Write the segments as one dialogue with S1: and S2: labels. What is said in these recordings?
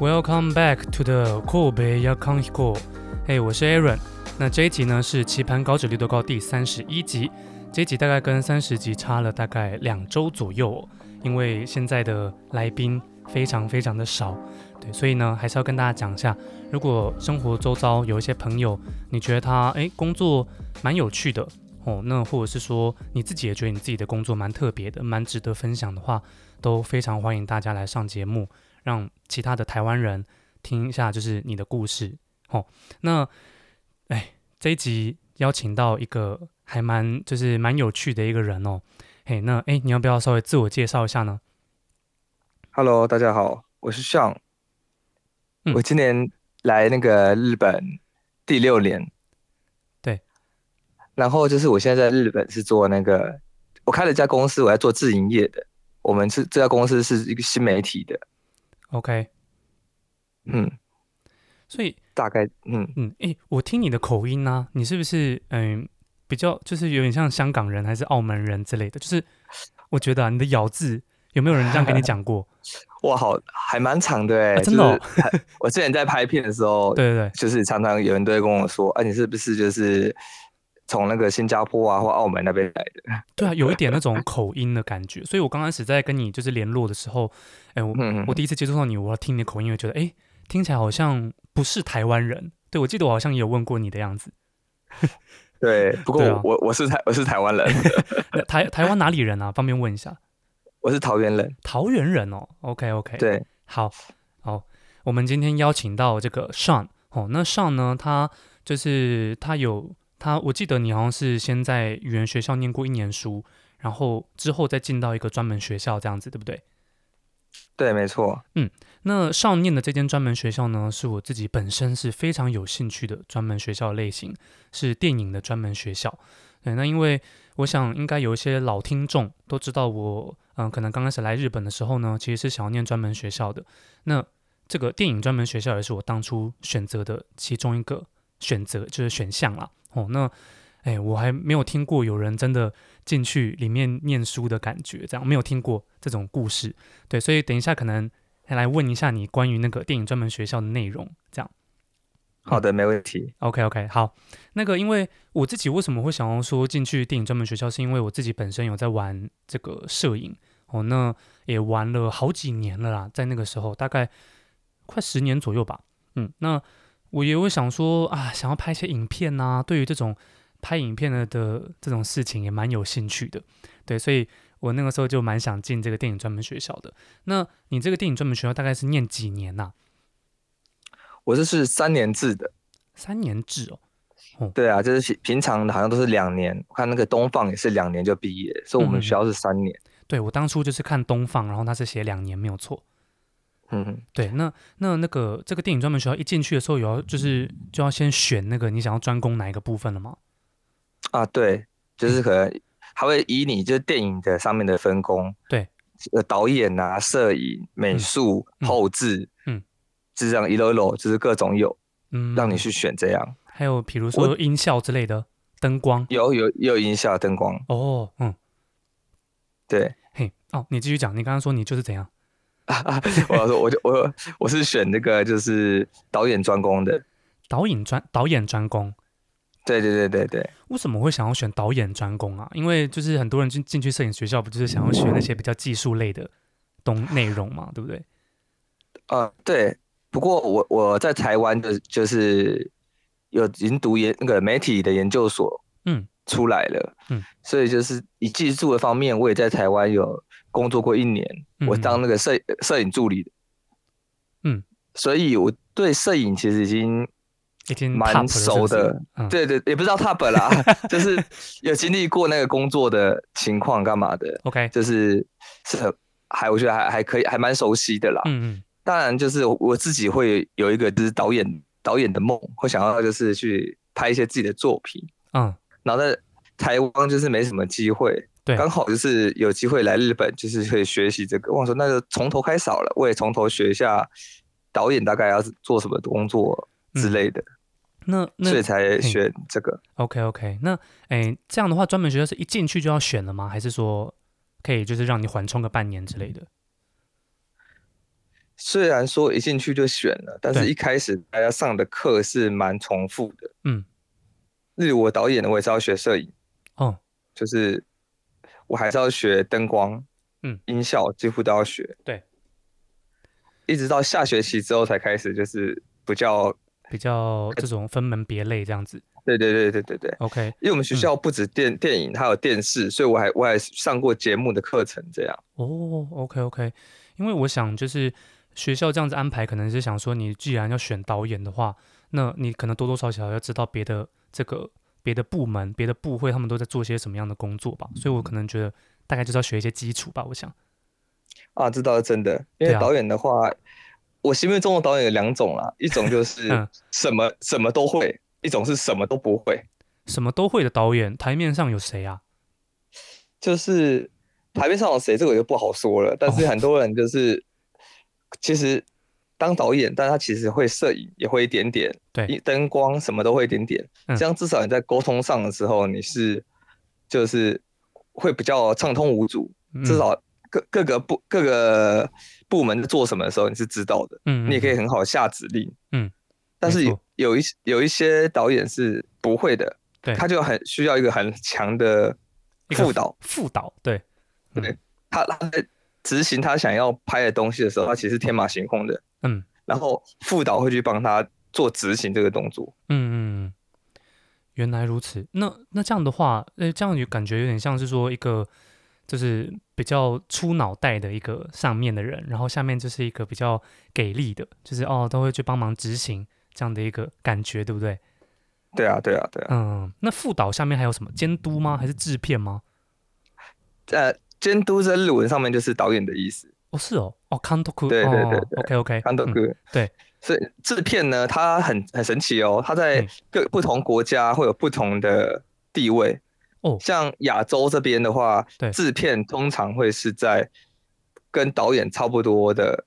S1: Welcome back to the Kobe Yakan Hiko。嘿，我是 Aaron。那这一集呢是《棋盘稿纸绿豆糕》第三十一集。这一集大概跟三十集差了大概两周左右、哦，因为现在的来宾非常非常的少，对，所以呢还是要跟大家讲一下，如果生活周遭有一些朋友，你觉得他诶工作蛮有趣的哦，那或者是说你自己也觉得你自己的工作蛮特别的，蛮值得分享的话，都非常欢迎大家来上节目。让其他的台湾人听一下，就是你的故事。哦，那哎，这一集邀请到一个还蛮就是蛮有趣的一个人哦。嘿，那哎，你要不要稍微自我介绍一下呢？
S2: Hello，大家好，我是尚、
S1: 嗯
S2: 我今年来那个日本第六年，
S1: 对。
S2: 然后就是我现在在日本是做那个，我开了一家公司，我在做自营业的。我们是这家公司是一个新媒体的，
S1: OK，
S2: 嗯，
S1: 所以
S2: 大概嗯，
S1: 嗯，哎，我听你的口音呢、你是不是嗯比较就是有点像香港人还是澳门人之类的？就是我觉得、啊、你的咬字有没有人这样跟你讲过？
S2: 哇，好还蛮长的哎、
S1: 啊真的哦
S2: 就是还我之前在拍片的时 候，
S1: 对对对，
S2: 就是常常有人都会跟我说，啊，你是不是就是从那个新加坡啊或澳门那边来的？
S1: 对啊，有一点那种口音的感觉。所以我刚开始在跟你就是联络的时候，哎，我
S2: 嗯，
S1: 我第一次接触到你，我听你的口音，我觉得哎，诶听起来好像不是台湾人。对，我记得我好像也有问过你的样子，
S2: 对，不过
S1: 对啊
S2: 我、我是台我是台湾人，
S1: 那呃台台湾哪里人啊？方便问一下，
S2: 我是桃园人。
S1: 桃园人哦。OK OK，，
S2: 对，
S1: 好，好，我们今天邀请到这个 Sean 哦，那 Sean 呢，他就是他有他，我记得你好像是先在语言学校念过一年书，然后之后再进到一个专门学校这样子，对不对？
S2: 对，没错。
S1: 那上念的这间专门学校呢，是我自己本身是非常有兴趣的专门学校类型，是电影的专门学校。对，那因为我想应该有一些老听众都知道我，嗯、可能刚开始来日本的时候呢，其实是想要念专门学校的。那这个电影专门学校也是我当初选择的其中一个选择，就是选项啦。哦，那哎，我还没有听过有人真的进去里面念书的感觉，这样没有听过这种故事。对，所以等一下可能来问一下你关于那个电影专门学校的内容，这样。
S2: 好的，没问题。
S1: OK OK，好，那个因为我自己为什么会想要说进去电影专门学校，是因为我自己本身有在玩这个摄影哦，那也玩了好几年了啦，在那个时候大概快十年左右吧，嗯，那我也会想说啊，想要拍一些影片呐、对于这种拍影片的的这种事情也蛮有兴趣的，对，所以我那个时候就蛮想进这个电影专门学校的。那你这个电影专门学校大概是念几年啊呐、
S2: 我这是三年制的，
S1: 三年制哦，
S2: 对啊，就是平平常的好像都是两年，我看那个东放也是两年就毕业，所以我
S1: 嗯
S2: 们学校是三年。
S1: 对我当初就是看东放，然后他是写两年没有错。
S2: 嗯哼，
S1: 对，那那那个这个电影专门学校一进去的时候，有要就是就要先选那个你想要专攻哪一个部分了吗？
S2: 啊，对，就是可能他会以你就是电影的上面的分工，
S1: 对，
S2: 呃，导演啊、摄影、美
S1: 嗯
S2: 术、
S1: 嗯
S2: 后置，
S1: 嗯，
S2: 就这样一摞一摞，就是各种有
S1: 嗯，
S2: 让你去选这样，
S1: 还有比如
S2: 我
S1: 说音效之类的灯光
S2: 有有也有音效、灯光，
S1: 哦，嗯，
S2: 对。
S1: 嘿，哦，你继续讲，你刚刚说你就是怎样？
S2: 我要 说，我就我我是选那个就是导演专攻的，
S1: 导演专导演专攻，
S2: 对对对对对，
S1: 为什么会想要选导演专攻啊？因为就是很多人进进去摄影学校，不就是想要学那些比较技术类的东内容嘛，对不对？
S2: 呃，对。不过我我在台湾的，就是有已经读研那个媒体的研究所，
S1: 嗯，
S2: 出来了，
S1: 嗯，
S2: 所以就是以技术的方面，我也在台湾有工作过一年，我
S1: 嗯
S2: 当那个摄摄影助理，
S1: 嗯，
S2: 所以我对摄影其实已经
S1: 已经
S2: 蛮
S1: top 了是不
S2: 熟
S1: 是
S2: 的，
S1: 嗯，
S2: 对对，也不知道 top 啦， 就是有经历过那个工作的情况干嘛的，
S1: ，OK，
S2: 就是是很还我觉得还还可以，还蛮熟悉的啦。
S1: 嗯嗯
S2: 当然，就是我我自己会有一个就是导演导演的梦，会想要就是去拍一些自己的作品。
S1: 嗯，
S2: 然后在台湾就是没什么机会，
S1: 对
S2: 刚好就是有机会来日本，就是可以学习这个。我想说那就从头开始好了，我也从头学一下导演大概要做什么工作之类的，
S1: 那嗯那
S2: 所以才选这个。
S1: OK OK，那诶，这样的话，专门学校是一进去就要选了吗？还是说可以就是让你缓冲个半年之类的？
S2: 虽然说一进去就选了，但是
S1: 对
S2: 一开始大家上的课是蛮重复的。
S1: 嗯，
S2: 例如我导演的，我也是要学摄影，
S1: 哦，
S2: 就是我还是要学灯光，
S1: 嗯，
S2: 音效几乎都要学。
S1: 对，
S2: 一直到下学期之后才开始，就是比较，
S1: 比较这种分门别类这样子。
S2: 对对对对对对，
S1: OK，
S2: 因为我们学校不止电、电影，还有电视，所以我还我还上过节目的课程，这样。
S1: 哦，OK OK，因为我想就是学校这样子安排，可能是想说你既然要选导演的话，那你可能多多少少要知道别的这个别的部门、别的部会他们都在做些什么样的工作吧，所以我可能觉得大概就是要学一些基础吧，我想。
S2: 啊，这倒是真的，
S1: 对
S2: 因为
S1: 啊
S2: 导演的话，我心目中的导演有两种啦，一 种就是
S1: 嗯
S2: 什么什么都会，一种是什么都不会。
S1: 什么都会的导演，台面上有谁啊？
S2: 就是台面上有谁，这个我就不好说了。但
S1: 哦
S2: 是很多人就是，其实当导演，但他其实会摄影，也会一点点，
S1: 对
S2: 一灯光什么都会一点点。
S1: 嗯
S2: 这样至少你在沟通上的时候，你是就是会比较畅通无阻，
S1: 嗯
S2: 至少各各个部各个部门在做什么的时候，你是知道的。
S1: 嗯，
S2: 你也可
S1: 以，
S2: 以很好下指令，
S1: 嗯，
S2: 但是
S1: 没
S2: 有
S1: 错
S2: 有一些有一些导演是不会的，
S1: 对
S2: 他就很需要一个很强的
S1: 一个
S2: 副导，
S1: 副导，对，嗯
S2: 对他他在执行他想要拍的东西的时候，他其实天马行空的，
S1: 嗯
S2: 然后副导会去帮他做执行这个动作。
S1: 嗯嗯，原来如此。那那这样的话，呃，这样有感觉有点像是说一个就是比较出脑袋的一个上面的人，然后下面就是一个比较给力的，就是哦都会去帮忙执行这样的一个感觉，对不对？
S2: 对啊，对啊，对啊。
S1: 嗯，那副导下面还有什么监督吗？还是制片吗？嗯
S2: 呃，监督在日文上面就是导演的意思，
S1: 哦，是哦，哦，監督，
S2: 对对对
S1: 哦，OK OK，
S2: 安德
S1: 嗯
S2: 哥。
S1: 对。
S2: 所以制片呢，它很很神奇哦，它在
S1: 嗯
S2: 各不同国家会有不同的地位。
S1: 哦
S2: 像亚洲这边的话
S1: 对，
S2: 制片通常会是在跟导演差不多的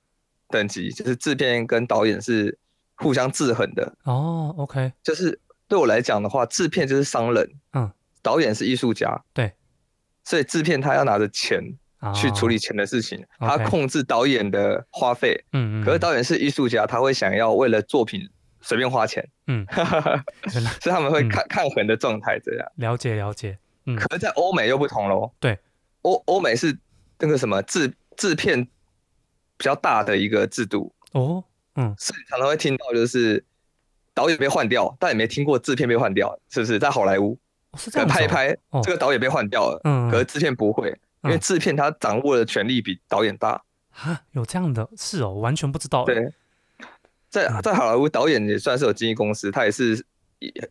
S2: 等级，就是制片跟导演是互相制衡的。
S1: 哦，OK，
S2: 就是对我来讲的话，制片就是商人，
S1: 嗯，
S2: 导演是艺术家，
S1: 对，
S2: 所以制片他要拿着钱
S1: 啊，
S2: 去处理，钱的事情，他
S1: OK
S2: 控制导演的花费。
S1: 嗯嗯，
S2: 可是导演是艺术家，他会想要为了作品随便花钱，
S1: 嗯，原来
S2: 所以他们会
S1: 嗯
S2: 看、抗衡的状态这样。
S1: 了解了解，嗯
S2: 可是，在欧美又不同喽。
S1: 对，
S2: 欧欧美是那个什么制制片比较大的一个制度，
S1: 哦，嗯，
S2: 所以常常会听到就是导演被换掉，但也没听过制片被换掉，是不是？在好莱坞，
S1: 哦是这
S2: 可
S1: 样
S2: 能
S1: 子
S2: 拍一
S1: 哦，
S2: 拍，这个导演被换掉了，
S1: 嗯，
S2: 可是制片不会，因为
S1: 嗯
S2: 制片他掌握的权力比导演大。
S1: 哈，有这样的，是哦，我完全不知道，，
S2: 对，在
S1: 嗯
S2: 在好莱坞，导演也算是有经纪公司，他也是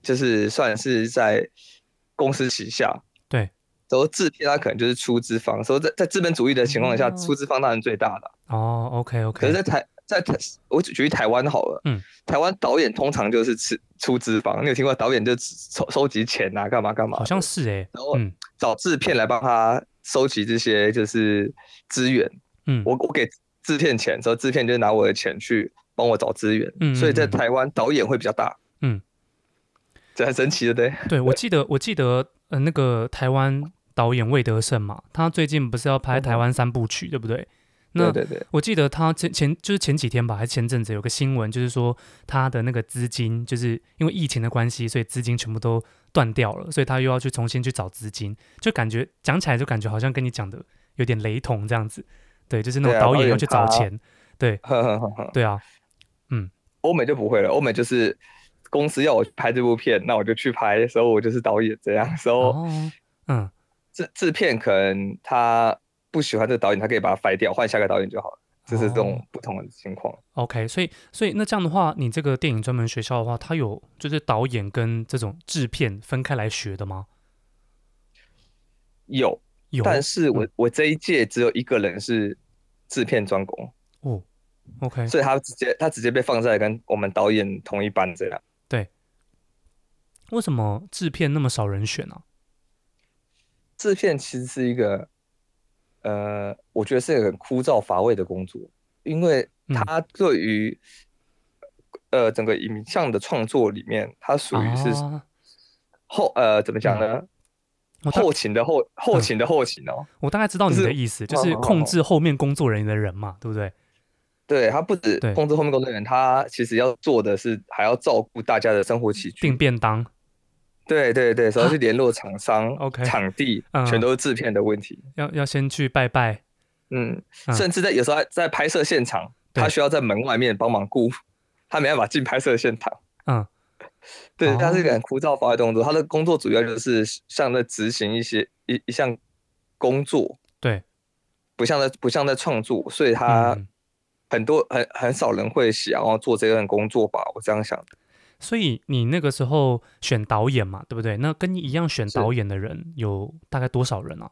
S2: 就是算是在公司旗下。
S1: 对，
S2: 然后制片他可能就是出资方，所以在在资本主义的情况下，
S1: 哦
S2: 出资方当然最大的。
S1: 哦，OK OK，
S2: 可是，在台在台，我举举台湾好了，
S1: 嗯，
S2: 台湾导演通常就是出出资方，你有听过导演就收收集钱啊，干嘛干嘛的，
S1: 好像是哎
S2: 然，后
S1: 嗯
S2: 找制片来帮他收集这些就是资源，
S1: 嗯，
S2: 我我给制片钱，之后制片就拿我的钱去帮我找资源，
S1: 嗯
S2: 所以在
S1: 嗯嗯
S2: 台湾导演会比较大，
S1: 嗯，
S2: 这很神奇的对，
S1: 对，我记得我记得，呃，那个台湾导演魏德胜嘛，他最近不是要拍台湾三部曲，对不对？那
S2: 嗯对对对，
S1: 我记得他前前就是前几天吧，还是前阵子有个新闻，就是说他的那个资金，就是因为疫情的关系，所以资金全部都断掉了，所以他又要去重新去找资金，就感觉讲起来就感觉好像跟你讲的有点雷同这样子。对，就是那种
S2: 对啊
S1: 导
S2: 导
S1: 演要
S2: 演
S1: 去找
S2: 他
S1: 钱。对
S2: 呵呵呵呵，
S1: 对啊，
S2: 欧美就不会了，欧美就是公司要我拍这部片，那我就去拍，所以我就是导演这样，所以
S1: 哦，嗯，
S2: 制制片可能他不喜欢这个导演，他可以把他废掉，换下个导演就好了，就是这种
S1: 哦
S2: 不同的情况。
S1: OK，所以所以那这样的话，你这个电影专门学校的话，它有就是导演跟这种制片分开来学的吗？
S2: 有，
S1: 有，嗯
S2: 但是我、我这一届只有一个人是制片专攻，
S1: 哦，OK，
S2: 所以他直接他直接被放在跟我们导演同一班这样。
S1: 为什么制片那么少人选啊？
S2: 制片其实是一个，呃，我觉得是一个很枯燥乏味的工作，因为
S1: 嗯
S2: 它对于、呃整个影像的创作里面，它属于是
S1: 啊
S2: 后、呃怎么讲呢？
S1: 嗯我嗯大
S2: 后勤的后后勤的后勤哦，
S1: 我大概知道你
S2: 就是
S1: 的意思，就
S2: 哦
S1: 是
S2: 哦哦
S1: 控制后面工作人员的人嘛，对不对？
S2: 对他不止
S1: 对
S2: 控制后面工作人员，他其实要做的是还要照顾大家的生活起居
S1: 订。便当，
S2: 对对对，所以要去联络厂商、
S1: 啊 OK
S2: 场地
S1: 嗯，
S2: 全都是制片的问题。
S1: 要要先去拜拜，
S2: 嗯，
S1: 嗯
S2: 甚至在有时候在在拍摄现场，
S1: 对
S2: 他需要在门外面帮忙顾，他没办法进拍摄现场。
S1: 嗯，
S2: 对
S1: 哦，
S2: 他是一个很枯燥乏味的工作，他的工作主要就是像在执行一些一一项工作，
S1: 对，
S2: 不像在不像在创作，所以他
S1: 嗯
S2: 很多很很少人会想要做这份工作吧，我这样想。
S1: 所以你那个时候选导演嘛，对不对？那跟你一样选导演的人有大概多少人啊？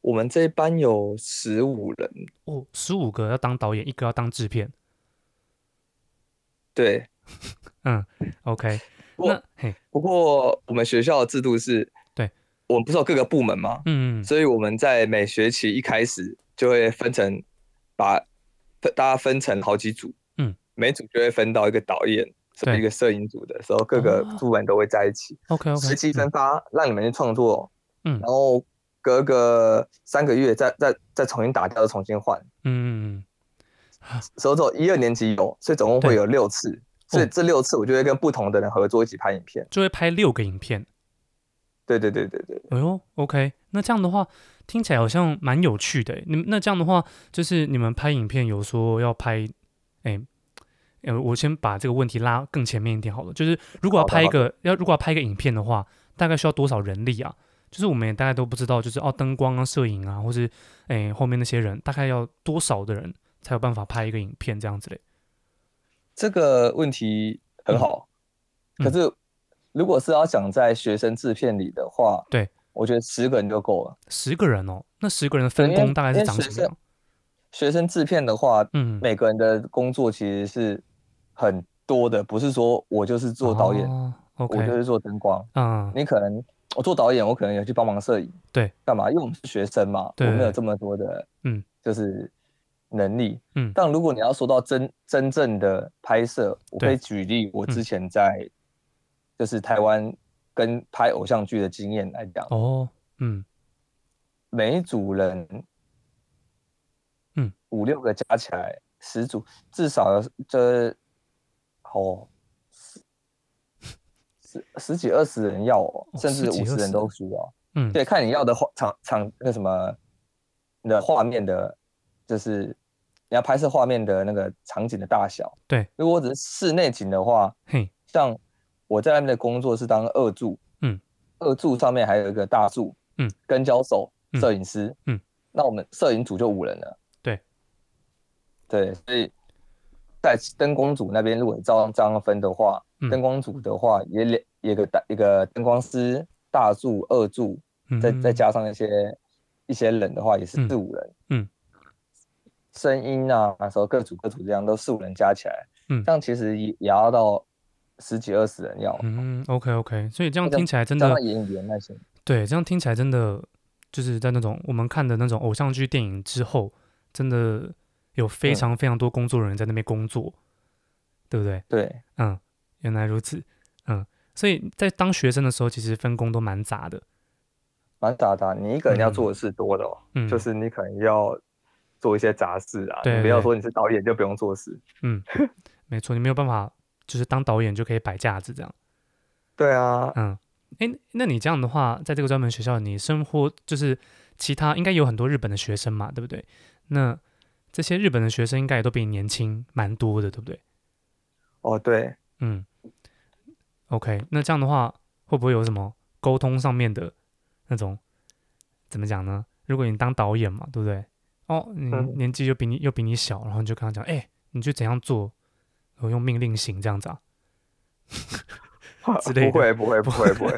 S2: 我们这一班有十五人，
S1: 哦，十五个要当导演，一个要当制片。
S2: 对，
S1: 嗯 OK，
S2: 我
S1: 那嘿，
S2: 不过我们学校的制度是，
S1: 对，
S2: 我们不是有各个部门吗？
S1: 嗯，
S2: 所以我们在每学期一开始就会分成，把分大家分成好几组，
S1: 嗯，
S2: 每组就会分到一个导演，什么
S1: 对
S2: 一个摄影组的时候，各个
S1: 哦
S2: 部门都会在一起，
S1: OK OK，
S2: 时期分发，让你们去创作，
S1: 嗯
S2: 然后隔个三个月再再再重新打掉，重新换，
S1: 嗯，嗯
S2: 所以只有一二年级有，所以总共
S1: 对
S2: 会有六次，所以
S1: 哦
S2: 这六次我就会跟不同的人合作一起拍影片，
S1: 就会拍六个影片。
S2: 对对对对对。
S1: 哎呦，OK，那这样的话听起来好像蛮有趣的诶。欸你们那这样的话，就是你们拍影片有说要拍，哎，呃，我先把这个问题拉更前面一点好了。就是如果要
S2: 好的
S1: 拍一
S2: 好
S1: 个，要如果要拍一个影片的话，大概需要多少人力啊？就是我们也大概都不知道，就是哦，灯光啊、摄影啊，或是哎后面那些人，大概要多少的人才有办法拍一个影片这样子嘞？
S2: 这个问题很好，
S1: 嗯
S2: 可是如果是要讲在学生制片里的话，
S1: 对，
S2: 我觉得十个人就够了。
S1: 十个人哦，那十个人的
S2: 对
S1: 分
S2: 因为
S1: 工大概
S2: 因
S1: 是
S2: 为
S1: 长
S2: 学
S1: 什么
S2: 生
S1: 样？
S2: 学生制片的话，
S1: 嗯，
S2: 每个人的工作其实是很多的，不是说我就是做导演，
S1: 哦，OK，
S2: 我就是做灯光。
S1: 嗯，
S2: 你可能我做导演，我可能有去帮忙摄影，
S1: 对，
S2: 干嘛？因为我们是学生嘛，
S1: 对
S2: 我没有这么多的，
S1: 嗯，
S2: 就是能力，
S1: 嗯
S2: 但如果你要说到真真正的拍摄，我
S1: 对嗯
S2: 可以举例我之前在就是台湾跟拍偶像剧的经验来讲，
S1: 哦，嗯，
S2: 每一组人，
S1: 嗯，
S2: 五六个加起来十组，至少有这哦十十十几二十人要哦，
S1: 哦
S2: 甚至
S1: 十几
S2: 五
S1: 二
S2: 十
S1: 十
S2: 人都需要。
S1: 嗯，
S2: 对，看你要的画场场那什么，你的画面的，就是你要拍摄画面的那个场景的大小。
S1: 对，
S2: 如果只是室内景的话，
S1: 嘿，
S2: 像我在那边的工作是当二助，
S1: 嗯，
S2: 二助上面还有一个大助，
S1: 嗯，
S2: 跟焦手、
S1: 嗯
S2: 摄影师，
S1: 嗯，
S2: 那我们摄影组就五人了。
S1: 对，
S2: 对，所以在灯光组那边，如果你照这样分的话，
S1: 嗯
S2: 灯光组的话也两也个大一个灯光师大助、二助，再再
S1: 嗯
S2: 加上一些一些人的话，也是
S1: 嗯
S2: 四五人。
S1: 嗯
S2: 声音啊，那时候各组各组这样都四五人加起来，
S1: 嗯
S2: 这样其实也也要到十几二十人要，
S1: 嗯，OK OK，所以这样
S2: 这样
S1: 听起来真
S2: 加
S1: 的
S2: 上演员那些。
S1: 对，这样听起来真的就是在那种我们看的那种偶像剧电影之后，真的有非
S2: 嗯
S1: 常非常多工作人员在那边工作，对不对？
S2: 对，
S1: 嗯，原来如此，嗯，所以在当学生的时候，其实分工都蛮杂的，
S2: 蛮杂的啊。你一个人要
S1: 嗯
S2: 做的事多的哦，
S1: 嗯，
S2: 就是你可能要做一些杂事啊，
S1: 对
S2: 你不要
S1: 对
S2: 说你是导演就不用做事。
S1: 嗯，没错，你没有办法，就是当导演就可以摆架子这样。
S2: 对啊，
S1: 嗯，哎，那你这样的话，在这个专门学校，你生活就是其他应该有很多日本的学生嘛，对不对？那这些日本的学生应该也都比你年轻蛮多的，对不对？
S2: 哦对，
S1: 嗯，OK，那这样的话，会不会有什么沟通上面的那种怎么讲呢？如果你当导演嘛，对不对？哦，你
S2: 嗯
S1: 年纪又比你又比你小，然后你就跟他讲，哎，你就怎样做，我用命令型这样子啊？ 之类的
S2: 不会不会不会不会，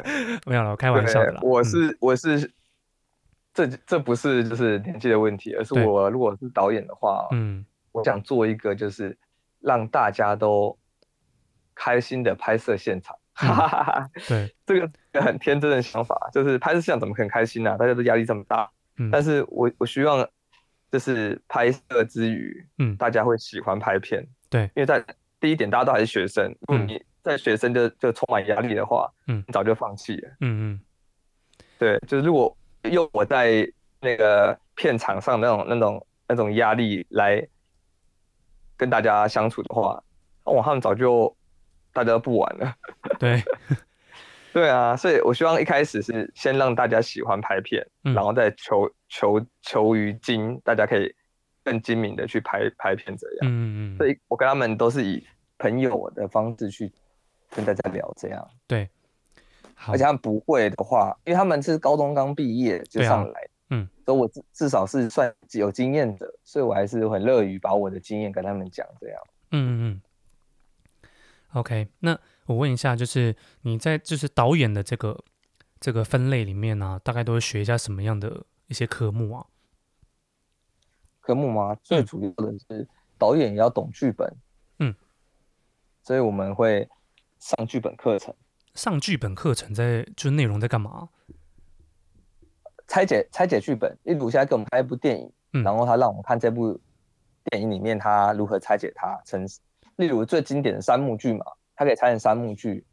S1: 没有了，我开玩笑的
S2: 对
S1: 啦。，
S2: 我
S1: 嗯
S2: 是、我是，这这不是就是年纪的问题，而是
S1: 对
S2: 我如果是导演的话，
S1: 嗯
S2: 我想做一个就是让大家都开心的拍摄现场。
S1: 嗯
S2: 哈哈哈哈，
S1: 对，
S2: 这个是很天真的想法，就是拍摄现场怎么可能开心啊？大家都压力这么大，
S1: 嗯
S2: 但是我我希望就是拍摄之余，
S1: 嗯
S2: 大家会喜欢拍片，
S1: 对
S2: 因为在第一点，大家都还是学生，如果
S1: 嗯
S2: 你在学生就就充满压力的话，
S1: 嗯
S2: 你早就放弃了。
S1: 嗯嗯。
S2: 对，就是如果用我在那个片场上那种那种那种压力来跟大家相处的话，哇，他们早就大家都不玩了。
S1: 对，
S2: 对啊，所以我希望一开始是先让大家喜欢拍片，
S1: 嗯
S2: 然后再求求求于精，大家可以更精明的去拍拍片这样。
S1: 嗯嗯
S2: 所以我跟他们都是以朋友的方式去跟大家聊这样，
S1: 对，好
S2: 而且，他们不会的话，因为他们是高中刚毕业就
S1: 对啊
S2: 上来，
S1: 嗯，
S2: 所以我至至少是算有经验的，所以我还是很乐于把我的经验跟他们讲这样。
S1: 嗯嗯嗯。OK，那我问一下，就是你在就是导演的这个这个分类里面呢、大概都会学一下什么样的一些科目啊？
S2: 科目吗？最主要的是导演也要懂剧本，
S1: 嗯，
S2: 所以我们会上剧本课程，
S1: 上剧本课程在就是内容在干嘛？
S2: 拆解拆解剧本。例如现在给我们拍一部电影，
S1: 嗯
S2: 然后他让我们看这部电影里面他如何拆解它成，例如最经典的三幕剧嘛，它可以拆成三幕剧，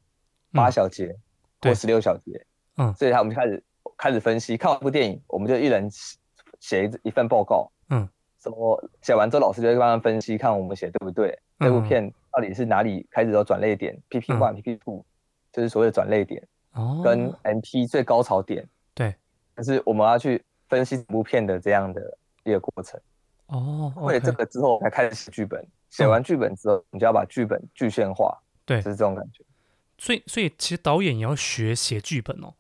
S1: 嗯
S2: 八小节
S1: 对
S2: 或十六小节，
S1: 嗯
S2: 所以他我们就开始开始分析，看完一部电影，我们就一人写一一份报告，
S1: 嗯，
S2: 说写完之后，老师就会帮他分析，看我们写对不对，
S1: 嗯
S2: 这部片到底是哪里开始有转泪点，PP one、PP two，就是所谓的转泪点
S1: 哦，
S2: 跟 MP 最高潮点，
S1: 对，
S2: 可是我们要去分析整部片的这样的一个过程。
S1: 哦，
S2: 为了这
S1: OK 嗯
S2: 个之后才开始写剧本，写完剧本之后，你就要把剧本具现化，
S1: 对
S2: 就是这种感觉。
S1: 所以所以其实导演也要学写剧本哦。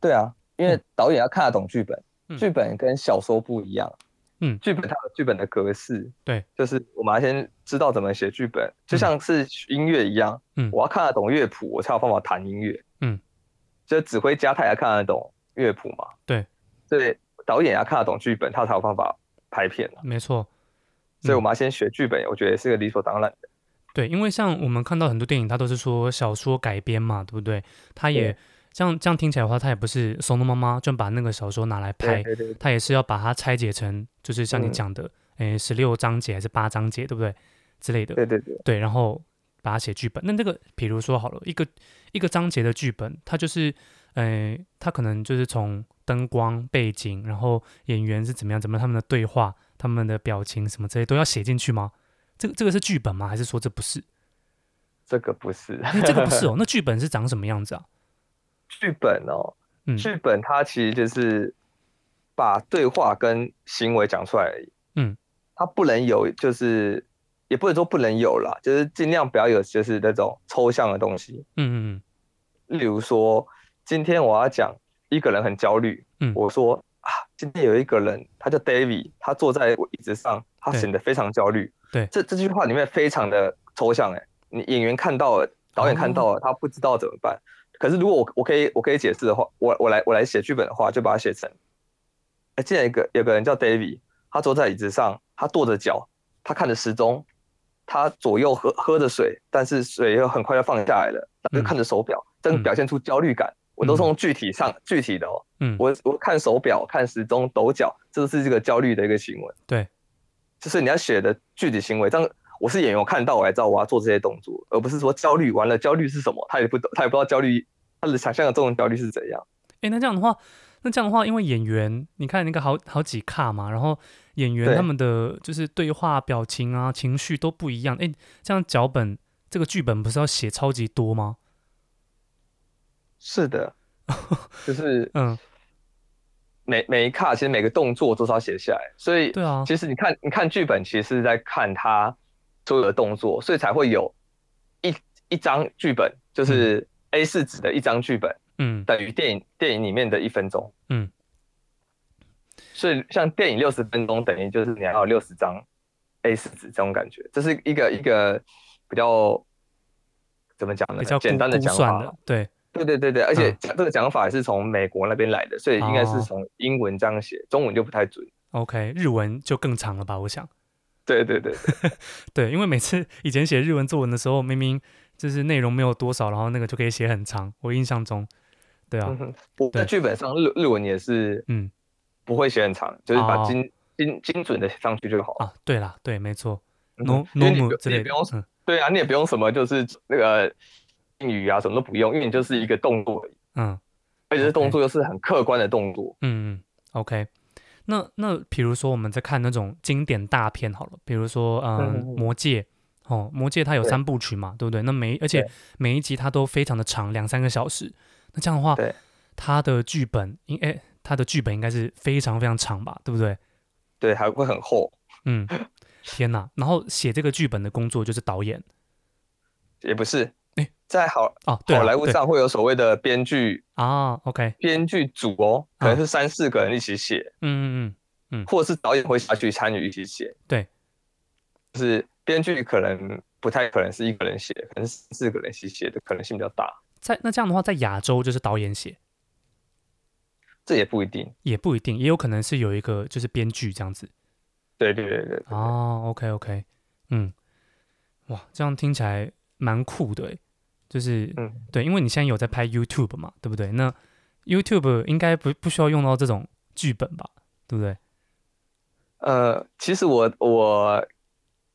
S2: 对啊，因为
S1: 嗯
S2: 导演要看得懂剧本，
S1: 嗯
S2: 剧本跟小说不一样。
S1: 嗯
S2: 剧本它有剧本的格式，
S1: 对，
S2: 就是我们要先知道怎么写剧本，就像是音乐一样，
S1: 嗯
S2: 我要看得懂乐谱，我才有办法弹音乐，
S1: 嗯，
S2: 就指挥家他也要看得懂乐谱嘛，
S1: 对，
S2: 所以导演也要看得懂剧本，他才有办法拍片啊
S1: 没错，
S2: 所以
S1: 嗯
S2: 我们要先学剧本，我觉得也是个理所当然的。
S1: 对，因为像我们看到很多电影，它都是说小说改编嘛，对不对？它也像这样听起来的话，它也不是松松妈妈就把那个小说拿来拍，
S2: 对对
S1: 它也是要把它拆解成，就是像你
S2: 嗯
S1: 讲的，诶、十六章节还是八章节，对不对？之类的，
S2: 对对对，
S1: 对，然后把它写剧本。那这个，比如说好了，一个一个章节的剧本，它就是，呃，它可能就是从灯光、背景，然后演员是怎么样，怎么样他们的对话、他们的表情什么这些都要写进去吗？这个这个是剧本吗？还是说这不是？
S2: 这个不是
S1: 哎， 这个不是哦。那剧本是长什么样子啊？
S2: 剧本哦，
S1: 嗯
S2: 剧本它其实就是把对话跟行为讲出来而已。
S1: 嗯，
S2: 它不能有，就是也不能说不能有啦，就是尽量不要有，就是那种抽象的东西。
S1: 嗯嗯
S2: 例如说，今天我要讲一个人很焦虑，
S1: 嗯
S2: 我说啊，今天有一个人，他叫 David，他坐在我椅子上，他
S1: 对
S2: 显得非常焦虑。
S1: 对
S2: 这这句话里面非常的抽象、欸，哎，你演员看到了，导演看
S1: 哦
S2: 到了，他不知道怎么办。可是如果我我可以我可以解释的话，我我来我来写剧本的话，就把它写成，哎，竟然有一个有个人叫 David，他坐在椅子上，他跺着脚，他看着时钟，他左右喝喝着水，但是水又很快就放下来了，他就看着手表，真的表现出焦虑感。我都是从具体上具体的哦，
S1: 嗯，
S2: 我我看手表、看时钟、抖脚，这是这个焦虑的一个行为。
S1: 对，
S2: 就是你要写的具体行为，这样我是演员，我看到我才知道我要做这些动作，而不是说焦虑完了，焦虑是什么，他也不懂，他也不知道焦虑，他的想象的这种焦虑是怎样。
S1: 哎，那这样的话，那这样的话，因为演员，你看那个好好几卡嘛，然后演员
S2: 对
S1: 他们的就是对话、表情啊、情绪都不一样。哎，这样脚本这个剧本不是要写超级多吗？
S2: 是的，就是
S1: 嗯，
S2: 每每一卡，其实每个动作都是要写下来，所以
S1: 对啊，
S2: 其实你看，你看剧本，其实是在看他所有的动作，所以才会有一一张剧本，就是 A 四纸的一张剧本，
S1: 嗯
S2: 等于电影电影里面的一分钟。
S1: 嗯，
S2: 所以像电影六十分钟，等于就是你要有六十张 A 四纸这种感觉，这是一个一个比较怎么讲呢？
S1: 比较
S2: 简
S1: 估
S2: 单的
S1: 估
S2: 讲
S1: 算
S2: 法
S1: 的，对，
S2: 对对对对，而且
S1: 嗯
S2: 这个讲法也是从美国那边来的，所以应该
S1: 哦
S2: 是从英文这样写，中文就不太准。
S1: OK，日文就更长了吧？我想，
S2: 对对对
S1: 对，因为每次以前写日文作文的时候，明明就是内容没有多少，然后那个就可以写很长。我印象中，对啊
S2: 嗯，哼，我在
S1: 对
S2: 剧本上日日文也是
S1: 嗯
S2: 不会写很长，就是把
S1: 哦
S2: 精、精精准的写上去就好了。
S1: 啊，对啦，对，没错
S2: 嗯
S1: ，no
S2: 因
S1: no
S2: 为你
S1: m
S2: 不
S1: 之
S2: 你
S1: 类
S2: 不
S1: 的，
S2: 用
S1: 嗯，
S2: 对啊，你也不用什么就是那个敬语啊，什么都不用，因为你就是一个动作而已，
S1: 嗯
S2: 而且这
S1: OK
S2: 动作又是很客观的动作。
S1: 嗯嗯，OK。那那比如说我们在看那种经典大片好了，比如说嗯，
S2: 嗯嗯嗯
S1: 魔戒》哦，《魔戒》它有
S2: 对
S1: 三部曲嘛，对不对？那每而且
S2: 对
S1: 每一集它都非常的长，两三个小时。那这样的话
S2: 对，
S1: 它的剧本应哎，它的剧本应该是非常非常长吧，对不对？
S2: 对，还会很厚，
S1: 嗯，天哪！然后写这个剧本的工作就是导演
S2: 也不是
S1: 诶。
S2: 在好
S1: 哦，对
S2: 好
S1: 啊，
S2: 莱坞
S1: 对
S2: 上会有所谓的编剧
S1: 啊，OK，
S2: 编剧组哦，
S1: 嗯
S2: 可能是三四个人一起写，
S1: 嗯嗯
S2: 或者是导演会下去参与一起写。
S1: 对，
S2: 就是编剧可能不太可能是一个人写，可能是四个人一起写的可能性比较大，
S1: 嗯，在那这样的话，在亚洲就是导演写
S2: 这也不一定。
S1: 也不一定，也有可能是有一个就是编剧这样子。
S2: 对对对对对，
S1: 哦，OK OK，嗯，哇，这样听起来蛮酷的诶，就是
S2: 嗯，
S1: 对，因为你现在有在拍 YouTube 嘛，对不对？那 YouTube 应该不不需要用到这种剧本吧，对不对？
S2: 呃，其实我我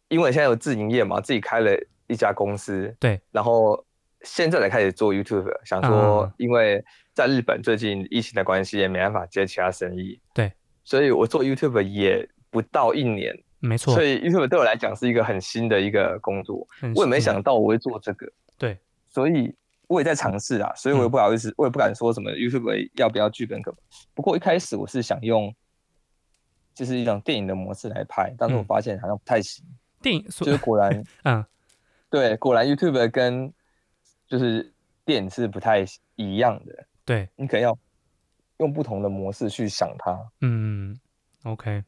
S2: 因为现在有自营业嘛，自己开了一家公司，
S1: 对，
S2: 然后现在才开始做 YouTube，想说
S1: 嗯
S2: 因为在日本最近疫情的关系，也没办法接其他生意，
S1: 对，
S2: 所以我做 YouTube 也不到一年，
S1: 没错
S2: 所，以 YouTube 对我来讲是一个很新的一个工作，
S1: 很
S2: 我也没
S1: 嗯
S2: 想到我会做这个，
S1: 对，嗯
S2: 所以我也在尝试啊，所以我也不好意思，我也不敢说什么 YouTube 要不要剧本可。不过一开始我是想用，就是一种电影的模式来拍，但是我
S1: 嗯
S2: 发现好像不太行，
S1: 电影所
S2: 就是 果然
S1: 嗯
S2: 对，果然 YouTube 跟就是电影是不太一样的，
S1: 对
S2: 你可能要用不同的模式去想它。
S1: 嗯 OK，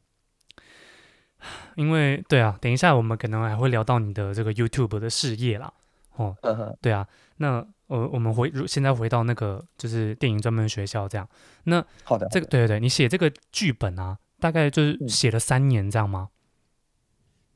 S1: 因为对啊，等一下我们可能还会聊到你的这个 YouTube 的事业啦，哦，
S2: 嗯哼，
S1: 对啊，那呃，我们回如现在回到那个就是电影专门学校这样，
S2: 好的，
S1: 这个对对对，你写这个剧本啊，大概就是
S2: 嗯
S1: 写了三年这样吗？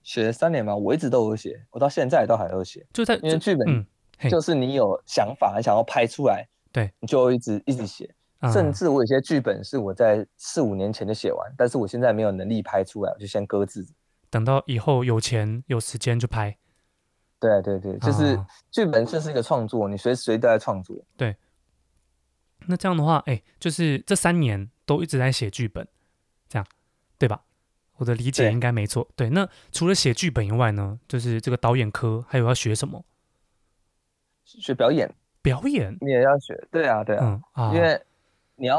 S2: 写了三年嘛，我一直都有写，我到现在都还有写，
S1: 就在
S2: 因为
S1: 就
S2: 剧本
S1: 嗯嘿
S2: 就是你有想法，你想要拍出来，
S1: 对，
S2: 你就一直一直写。
S1: 嗯
S2: 甚至我有些剧本是我在四五年前就写完，但是我现在没有能力拍出来，我就先搁置。
S1: 等到以后有钱有时间就拍，
S2: 对对对，就是
S1: 啊
S2: 剧本就是一个创作，你随时随地都在创作。
S1: 那这样的话，哎，就是这三年都一直在写剧本，这样对吧？我的理解
S2: 对
S1: 应该没错。对，那除了写剧本以外呢，就是这个导演科还有要学什么？
S2: 学表演
S1: 表演，
S2: 你也要学，对啊对啊，
S1: 嗯啊，
S2: 因为你要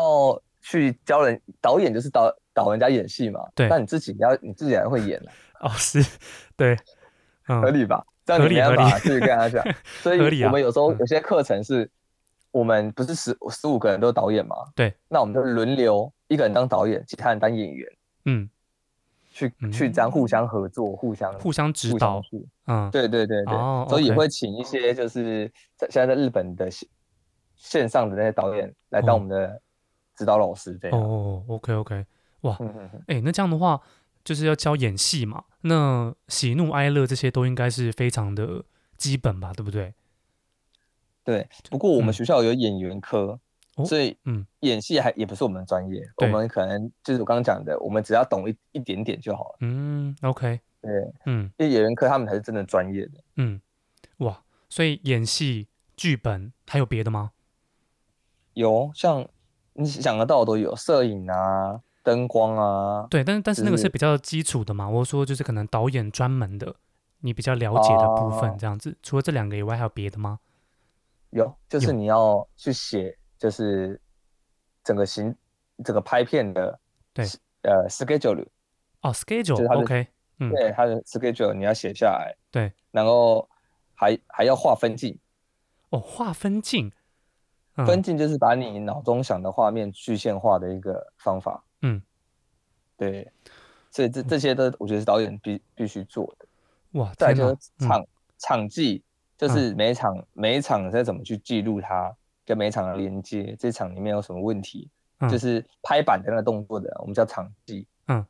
S2: 去教人，导演就是导导人家演戏嘛，
S1: 对
S2: 但你自己要你自己还会演啊，
S1: 哦是，对，嗯
S2: 合理吧？这样你
S1: 合理
S2: 没
S1: 合
S2: 办法
S1: 理
S2: 去跟 他讲，所
S1: 合理
S2: 以
S1: 啊
S2: 我们有时候
S1: 嗯
S2: 有些课程是，我们不是十十五个人都是导演嘛，
S1: 对，
S2: 那我们就轮流一个人当导演，其他人当演员，
S1: 嗯，
S2: 去
S1: 嗯
S2: 去这样互相合作，互相
S1: 互相指
S2: 互
S1: 导
S2: 相，去，
S1: 嗯，
S2: 对对对对
S1: 哦，
S2: 所以也
S1: OK
S2: 会请一些就是在现在在日本的线线上的那些导演来当
S1: 哦
S2: 我们的指导老师这样，
S1: 哦，OK OK，哇，
S2: 啊嗯嗯嗯，
S1: 哎、那这样的话，就是要教演戏嘛。那喜怒哀乐这些都应该是非常的基本吧，对不对？
S2: 对。不过我
S1: 嗯
S2: 们学校有演员科，
S1: 哦
S2: 所以
S1: 嗯
S2: 演戏还也不是我们的专业，我
S1: 对
S2: 们可能就是我刚刚讲的，我们只要懂一一点点就好了。
S1: 嗯，OK，
S2: 对，
S1: 嗯
S2: 因为演员科他们才是真的专业的。
S1: 嗯，哇，所以演戏、剧本还有别的吗？
S2: 有像你想得到的都有，摄影啊、灯光啊，
S1: 对，但是但是那个是
S2: 是
S1: 比较基础的嘛。我说就是可能导演专门的，你比较了解的部分
S2: 哦
S1: 这样子。除了这两个以外，还有别的吗？
S2: 有，就是
S1: 有
S2: 你要去写，就是整个行整个拍片的，
S1: 对，
S2: 呃，schedule，
S1: 哦
S2: 是它的
S1: ，schedule，OK，、嗯，
S2: 对，它的 schedule 你要写下来，
S1: 对，
S2: 然后还还要画分镜，
S1: 哦，划分镜，
S2: 分
S1: 嗯，
S2: 镜就是把你脑中想的画面具现化的一个方法，
S1: 嗯，
S2: 对，所以这这些都我觉得是导演必必须做的。
S1: 哇，
S2: 再来
S1: 天
S2: 就
S1: 哪嗯
S2: 是，场、场记，就是每一场、每一场再怎么去记录它，跟每一场的连接，这场里面有什么问题，
S1: 嗯
S2: 就是拍板的那个动作的，我们叫场记。
S1: 嗯，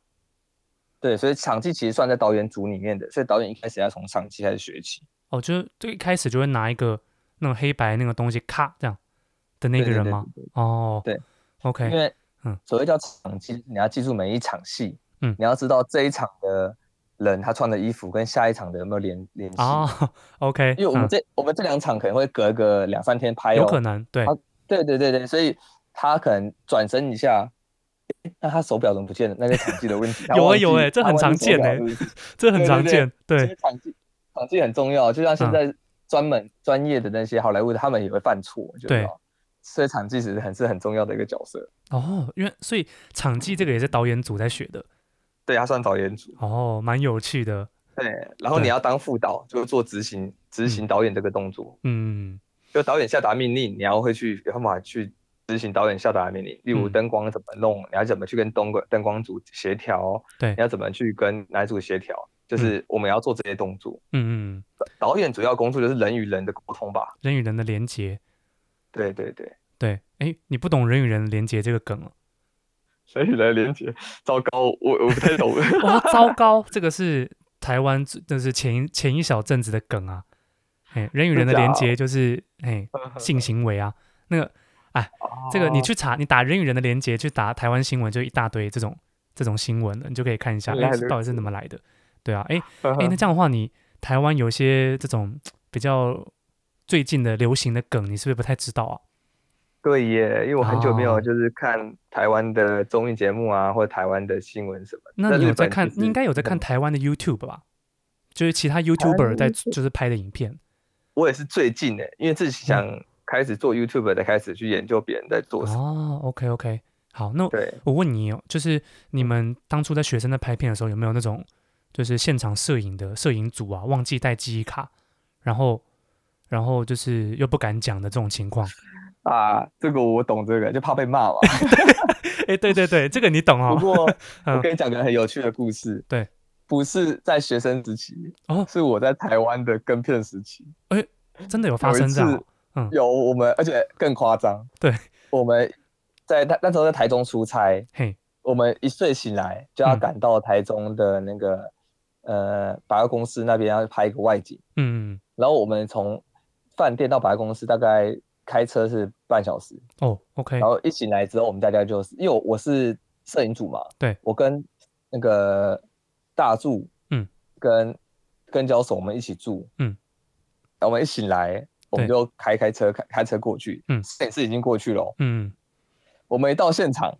S2: 对，所以场记其实算在导演组里面的，所以导演一开始要从场记开始学起。
S1: 哦，就是最一开始就会拿一个那种黑白那个东西咔这样的那
S2: 对
S1: 个
S2: 对
S1: 人
S2: 对
S1: 吗？
S2: 对
S1: 哦，
S2: 对因
S1: ，OK，
S2: 为
S1: 嗯
S2: 所谓叫场记，就是你要记住每一场戏，
S1: 嗯
S2: 你要知道这一场的人他穿的衣服跟下一场的有没有联联系。
S1: 啊，OK，
S2: 因为我们
S1: 嗯
S2: 这、我们这两场可能会隔个两三天拍、哦，
S1: 有可能对
S2: 啊对对对对，所以他可能转身一下，那他手表怎么不见了？那是场记 的问题。他
S1: 有啊
S2: 忘记
S1: 有欸这
S2: 他
S1: 很
S2: 忘
S1: 常
S2: 记手
S1: 见
S2: 表
S1: 欸
S2: 是不是
S1: 这很常见。
S2: 其
S1: 对嗯
S2: 实，场记场记很重要，就像现在专门、专业的那些好莱坞的，他们也会犯错，我觉
S1: 对
S2: 得哦。所以场记其实很是很重要的一个角色。
S1: 哦，因为所以场记这个也是导演组在学的，
S2: 对，他算导演组。
S1: 哦，蛮有趣的。
S2: 对，然后
S1: 对
S2: 你要当副导，就做执行执行导演这个动作。
S1: 嗯
S2: 就导演下达命令，你要会去有办法去执行导演下达的命令，例如
S1: 嗯
S2: 灯光怎么弄，你要怎么去跟灯光灯光组协调，
S1: 对
S2: 你要怎么去跟男主协调，就是我们要做这些动作。
S1: 嗯嗯，
S2: 导演主要工作就是人与人的沟通吧？
S1: 人与人的连结，
S2: 对对对，
S1: 对，哎，你不懂人与人连结这个梗哦，
S2: 人与人的连接，糟糕，我我不太懂。
S1: 哇，哦 糟糕，这个是台湾最那是前一前一小阵子的梗啊，哎，人与人的
S2: 真假
S1: 连
S2: 哦
S1: 结就是哎性行为啊，那个
S2: 哦
S1: 这个你去查，你打人与人的连接，去打台湾新闻，就一大堆这种这种新闻了，你就可以看一下，
S2: 原
S1: 哎
S2: 来，如
S1: 到底是怎么来的？对啊，哎
S2: 哦
S1: 哎，那这样的话，你台湾有些这种比较最近的流行的梗，你是不是不太知道啊？
S2: 对耶，因为我很久没
S1: 哦
S2: 有就是看台湾的综艺节目啊，或者台湾的新闻什么的。
S1: 那你有
S2: 日
S1: 在
S2: 本
S1: 看？
S2: 其
S1: 你应
S2: 实
S1: 该有在看台湾的 YouTube 吧？就是其他 YouTuber 在就是拍的影片
S2: 我也是最近的、因为自
S1: 嗯
S2: 己想开始做 YouTube 的，开始去研究别人在做什么。
S1: 哦。OK OK，好，那
S2: 对，
S1: 我问你哦，就是你们当初在学生在拍片的时候，有没有那种就是现场摄影的摄影组啊，忘记带记忆卡，然后然后就是又不敢讲的这种情况？ 哦
S2: 啊，这个我懂，这个就怕被骂嘛。
S1: 哎，对对对，这个你懂
S2: 不
S1: 哦。
S2: 过
S1: 嗯
S2: 我跟你讲个很有趣的故事，
S1: 对，
S2: 不是在学生时期，
S1: 哦
S2: 是我在台湾的跟片时期，
S1: 真的有发生这样哦、嗯
S2: 有我们，而且更夸张，
S1: 对，
S2: 我们在那那时候在台中出差，
S1: 嘿，
S2: 我们一睡醒来就要
S1: 嗯
S2: 赶到台中的那个、呃百货公司那边要拍一个外景。
S1: 嗯，
S2: 然后我们从饭店到百货公司大概开车是半小时，
S1: 哦，OK，
S2: 然后一醒来之后，我们大家就是因为我我是摄影组嘛，
S1: 对
S2: 我跟那个大柱，
S1: 嗯，
S2: 跟跟交手我们一起住，
S1: 嗯，
S2: 然后我们一醒来，我们
S1: 对
S2: 就开开车开开车过去，
S1: 嗯
S2: 摄影师已经过去了哦，
S1: 嗯，
S2: 我们一到现场，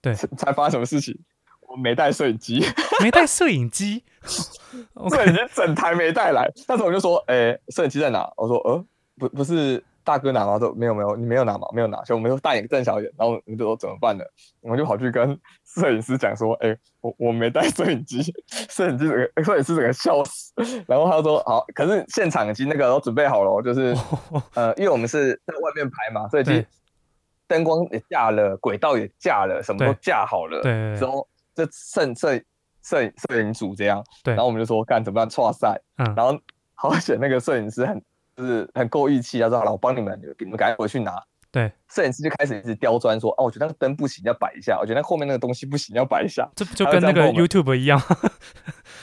S1: 对
S2: 才才发生什么事情？我没带摄影机，
S1: 没带摄影机，OK，
S2: 摄影机整台没带来。那时候我就说，哎、摄影机在哪？我说，呃，不，不是大哥拿吗？他说没有没有，你没有拿嘛，没有拿。所以我们就大眼瞪小眼，然后我们就说怎么办呢？我们就跑去跟摄影师讲说，哎、我我没带摄影机，摄影机整个摄影师整个笑死。然后他就说好，可是现场已经那个都准备好了哦，就是呃，因为我们是在外面拍嘛，所以已经
S1: 对
S2: 灯光也架了，轨道也架了，什么都
S1: 对
S2: 架好了。
S1: 对对
S2: 之
S1: 对，
S2: 后就摄摄摄影摄影组这样，
S1: 对
S2: 然后我们就说干怎么办，错赛，
S1: 嗯
S2: 然后好险那个摄影师很就是很够义气，他啊说好了，我帮你们，你们赶快回去拿。
S1: 对，
S2: 摄影师就开始一直刁钻说，哦，我觉得那个灯不行，要摆一下；我觉得那后面那个东西不行，要摆一下。
S1: 这不就
S2: 还有
S1: 跟
S2: 这
S1: 那
S2: 样
S1: 个
S2: 跟我们
S1: YouTube 一样？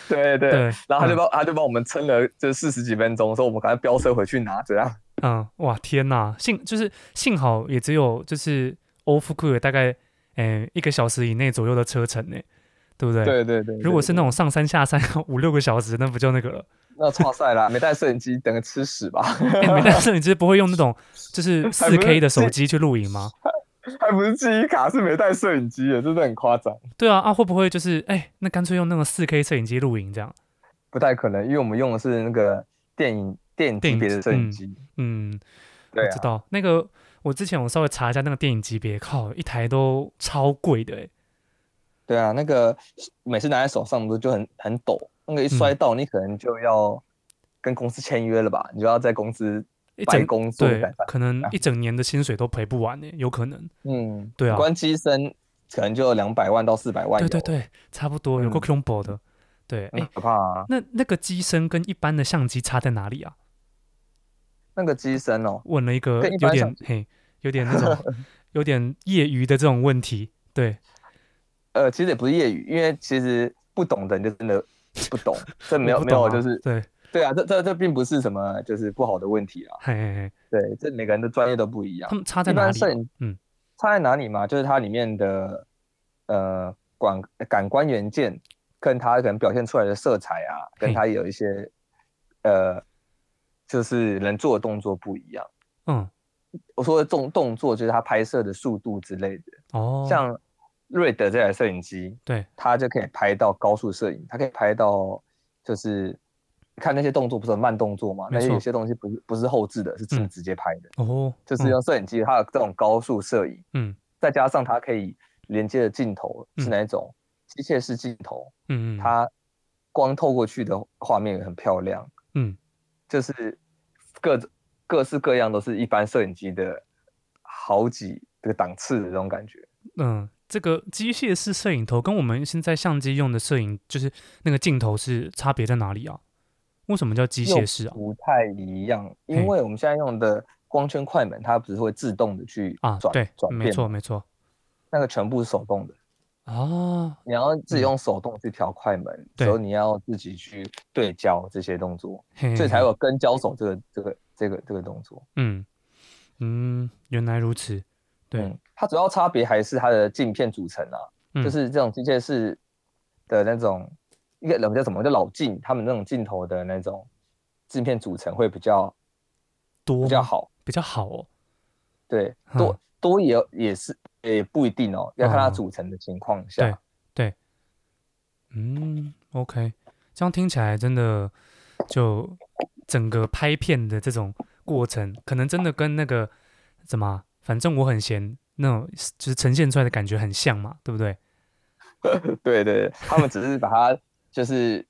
S2: 对对，
S1: 对，
S2: 然后他就
S1: 嗯
S2: 帮、他就帮我们撑了就是四十几分钟，说我们赶快飙车回去拿，这样。
S1: 嗯，哇，天呐，幸就是幸好也只有就是欧福库有大概诶、一个小时以内左右的车程呢，对不对？
S2: 对对对
S1: 如果是那
S2: 种
S1: 种上山下山五六个小时，那不就那个了？
S2: 那错赛啦，没带摄影机，等着吃屎吧，
S1: 哎、没带摄影机不会用那种就是
S2: 还
S1: 四
S2: 不是
S1: K 的手机去录影吗？
S2: 还不是记忆卡，是没带摄影机的，真的很夸张。
S1: 对啊，啊会不会就是哎、那干脆用那种四 K 摄影机录影这样？
S2: 不太可能，因为我们用的是那个电影电影
S1: 电
S2: 级
S1: 影
S2: 别
S1: 机
S2: 的摄影
S1: 嗯
S2: 机，
S1: 嗯，
S2: 对
S1: 我
S2: 啊
S1: 知，道那个我之前我稍微查一下那个电影级别，靠，一台都超贵的哎、
S2: 对啊，那个每次拿在手上不是就很很抖，那
S1: 嗯
S2: 个一摔到你可能就要跟公司签约了吧，你就要在公司
S1: 一
S2: 白
S1: 整
S2: 工作
S1: 对
S2: 改版，，
S1: 可能
S2: 啊
S1: 一整年的薪水都赔不完呢，有可能。
S2: 嗯，
S1: 对啊
S2: 关机身可能就两百万到四百万，
S1: 对对，对，差不多有够
S2: 嗯
S1: combo 的。对，哎、
S2: 很可怕啊，
S1: 那那个机身跟一般的相机差在哪里啊？
S2: 那个机身哦，
S1: 问了一个
S2: 跟一
S1: 有
S2: 般
S1: 点
S2: 相
S1: 嘿，有点那 种有点业余的这种问题。对，
S2: 呃，其实也不是业余，因为其实不懂的你就真的不懂，这
S1: 我
S2: 没有
S1: 不
S2: 没有
S1: 懂啊
S2: 就是
S1: 对，
S2: 对啊，这这这并不是什么就是不好的问题啊，
S1: 嘿嘿嘿，
S2: 对，这每个人的专业都不一样
S1: 他。们差在
S2: 一
S1: 哪
S2: 般
S1: 里
S2: 摄
S1: 啊？
S2: 影，
S1: 嗯，
S2: 差在哪里嘛？就是它里面的呃感感官元件，跟它可能表现出来的色彩啊，跟
S1: 嘿
S2: 它有一些呃，就是人做的动作不一样。
S1: 嗯，
S2: 我说的动动作就是它拍摄的速度之类的，
S1: 哦，
S2: 像瑞德这台摄影机，
S1: 对，
S2: 它就可以拍到高速摄影，它可以拍到就是看那些动作不是很慢动作嘛，
S1: 没
S2: 但
S1: 错
S2: 是有些东西不是不是后置的，是直
S1: 嗯
S2: 直接拍的，
S1: 哦，
S2: 就是用摄影机它有这种高速摄影，
S1: 嗯
S2: 再加上它可以连接的镜头是
S1: 嗯
S2: 哪一种机械式镜头，
S1: 嗯嗯，
S2: 它光透过去的画面很漂亮，
S1: 嗯
S2: 就是各种各式各样都是一般摄影机的好几个档次的那种感觉。
S1: 嗯，这个机械式摄影头跟我们现在相机用的摄影就是那个镜头是差别在哪里啊？为什么叫机械式啊？
S2: 不太一样，
S1: 嘿
S2: 因为我们现在用的光圈快门，它不是会自动的去
S1: 啊，
S2: 转
S1: 对，
S2: 转
S1: 没
S2: 变
S1: 错
S2: 吗，
S1: 没错
S2: 那个全部是手动的，
S1: 啊，
S2: 你要自己
S1: 嗯
S2: 用手动去调快门，
S1: 对
S2: 所以你要自己去对焦这些动作，
S1: 嘿
S2: 所以才
S1: 嘿
S2: 有跟焦手这个这个这个这个动作。
S1: 嗯嗯，原来如此，对，
S2: 嗯，它主要差别还是它的镜片组成啊，
S1: 嗯
S2: 就是这种机械式的那种，一个人叫什么叫老镜，他们那种镜头的那种镜片组成会比较
S1: 多
S2: 比较
S1: 吗
S2: 好，
S1: 比较好哦，
S2: 对，
S1: 嗯
S2: 多、多也也是也不一定哦，要看它
S1: 嗯
S2: 组成的情况下。
S1: 嗯，OK，这样听起来真的就整个拍片的这种过程，可能真的跟那个怎么啊，反正我很闲那种，就是呈现出来的感觉很像嘛，对不对？
S2: 对对对，他们只是把它就是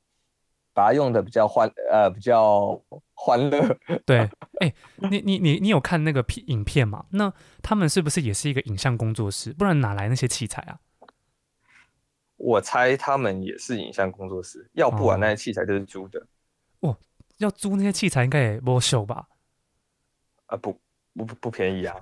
S2: 把它用的比较欢呃比较欢乐，
S1: 对， 哎、你你你你有看那个片影片吗？那他们是不是也是一个影像工作室？不然哪来那些器材啊？
S2: 我猜他们也是影像工作室，要不
S1: 哦
S2: 然那些器材就是租的。
S1: 要租那些器材应该也不秀吧？
S2: 啊，不不不不便宜啊，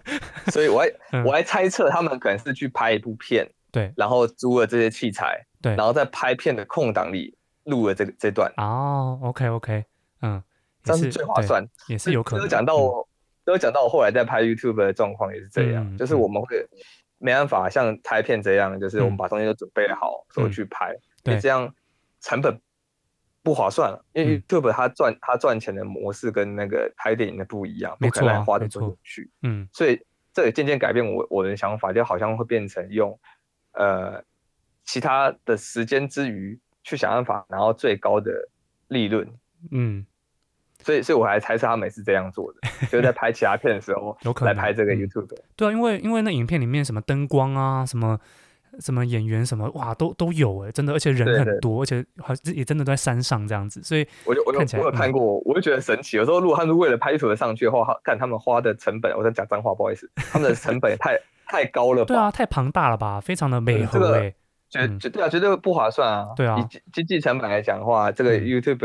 S2: 所以我还、
S1: 嗯
S2: 我还猜测他们可能是去拍一部片，
S1: 对
S2: 然后租了这些器材，
S1: 对
S2: 然后在拍片的空档里录了这个这段，
S1: 哦，OK OK，嗯，
S2: 这
S1: 也
S2: 样
S1: 是
S2: 是最划
S1: 对，
S2: 算，
S1: 也是有可
S2: 这
S1: 能。
S2: 都讲到
S1: 嗯
S2: 我，都有讲到我后来在拍 YouTube 的状况也是这样，
S1: 嗯
S2: 就是我们会没办法像拍片这样，就是我
S1: 嗯
S2: 们把东西都准备好，所以
S1: 嗯
S2: 去拍，
S1: 对
S2: 因为这样成本。不划算了，因为
S1: 嗯
S2: YouTube 它赚它赚钱的模式跟那个拍电影的不一样，
S1: 没
S2: 不可能
S1: 错啊
S2: 让花的
S1: 没
S2: 多
S1: 错
S2: 去。
S1: 嗯
S2: 所以这也渐渐改变我我的想法，就好像会变成用呃其他的时间之余去想办法拿到最高的利润，
S1: 嗯，
S2: 所以所以我还猜测他们也是这样做的，就是在拍其他片的时候
S1: 有可
S2: 来
S1: 能
S2: 拍这个
S1: 嗯
S2: YouTube。
S1: 对啊，因为因为那影片里面什么灯光啊，什么什么演员什么，哇，都都有哎、真的，而且人
S2: 对
S1: 很
S2: 对
S1: 多，而且好像也真的都在山上这样子，所以
S2: 我就我就
S1: 看起来嗯
S2: 我有看过，我就觉得神奇。有时候如果他们为了拍 YouTube 上去的话，他看他们花的成本，我在讲脏话，不好意思，他们的成本也太太高了吧？
S1: 对啊，太庞大了吧，非常的美
S2: 这
S1: 和
S2: 个
S1: 哎、
S2: 绝
S1: 嗯
S2: 绝对啊，绝对不划算啊！
S1: 对啊
S2: 以经经济成本来讲的话，这个
S1: 嗯
S2: YouTube，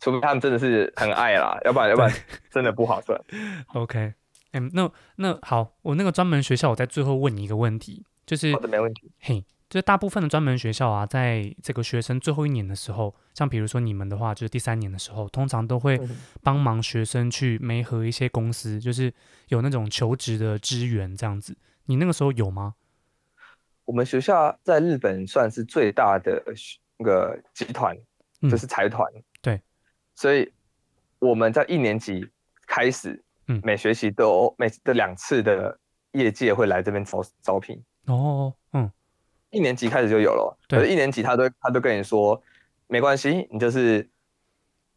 S2: 除非他们真的是很爱啦，要不然要不然真的不划 算。
S1: OK，嗯，那那好，我那个专门学校，我在最后问你一个问题，就是、
S2: 好的，没问题。
S1: 嘿，就是大部分的专门学校啊，在这个学生最后一年的时候，像比如说你们的话，就是第三年的时候，通常都会
S2: 嗯
S1: 帮忙学生去媒合一些公司，就是有那种求职的资源这样子。你那个时候有吗？
S2: 我们学校在日本算是最大的学那个集团，
S1: 嗯
S2: 就是财团。
S1: 对，
S2: 所以我们在一年级开始，
S1: 嗯
S2: 每学期都有每的两次的业界会来这边招招聘。
S1: 哦，嗯，
S2: 一年级开始就有了，
S1: 对
S2: 可是一年级他都他都跟你说没关系，你就是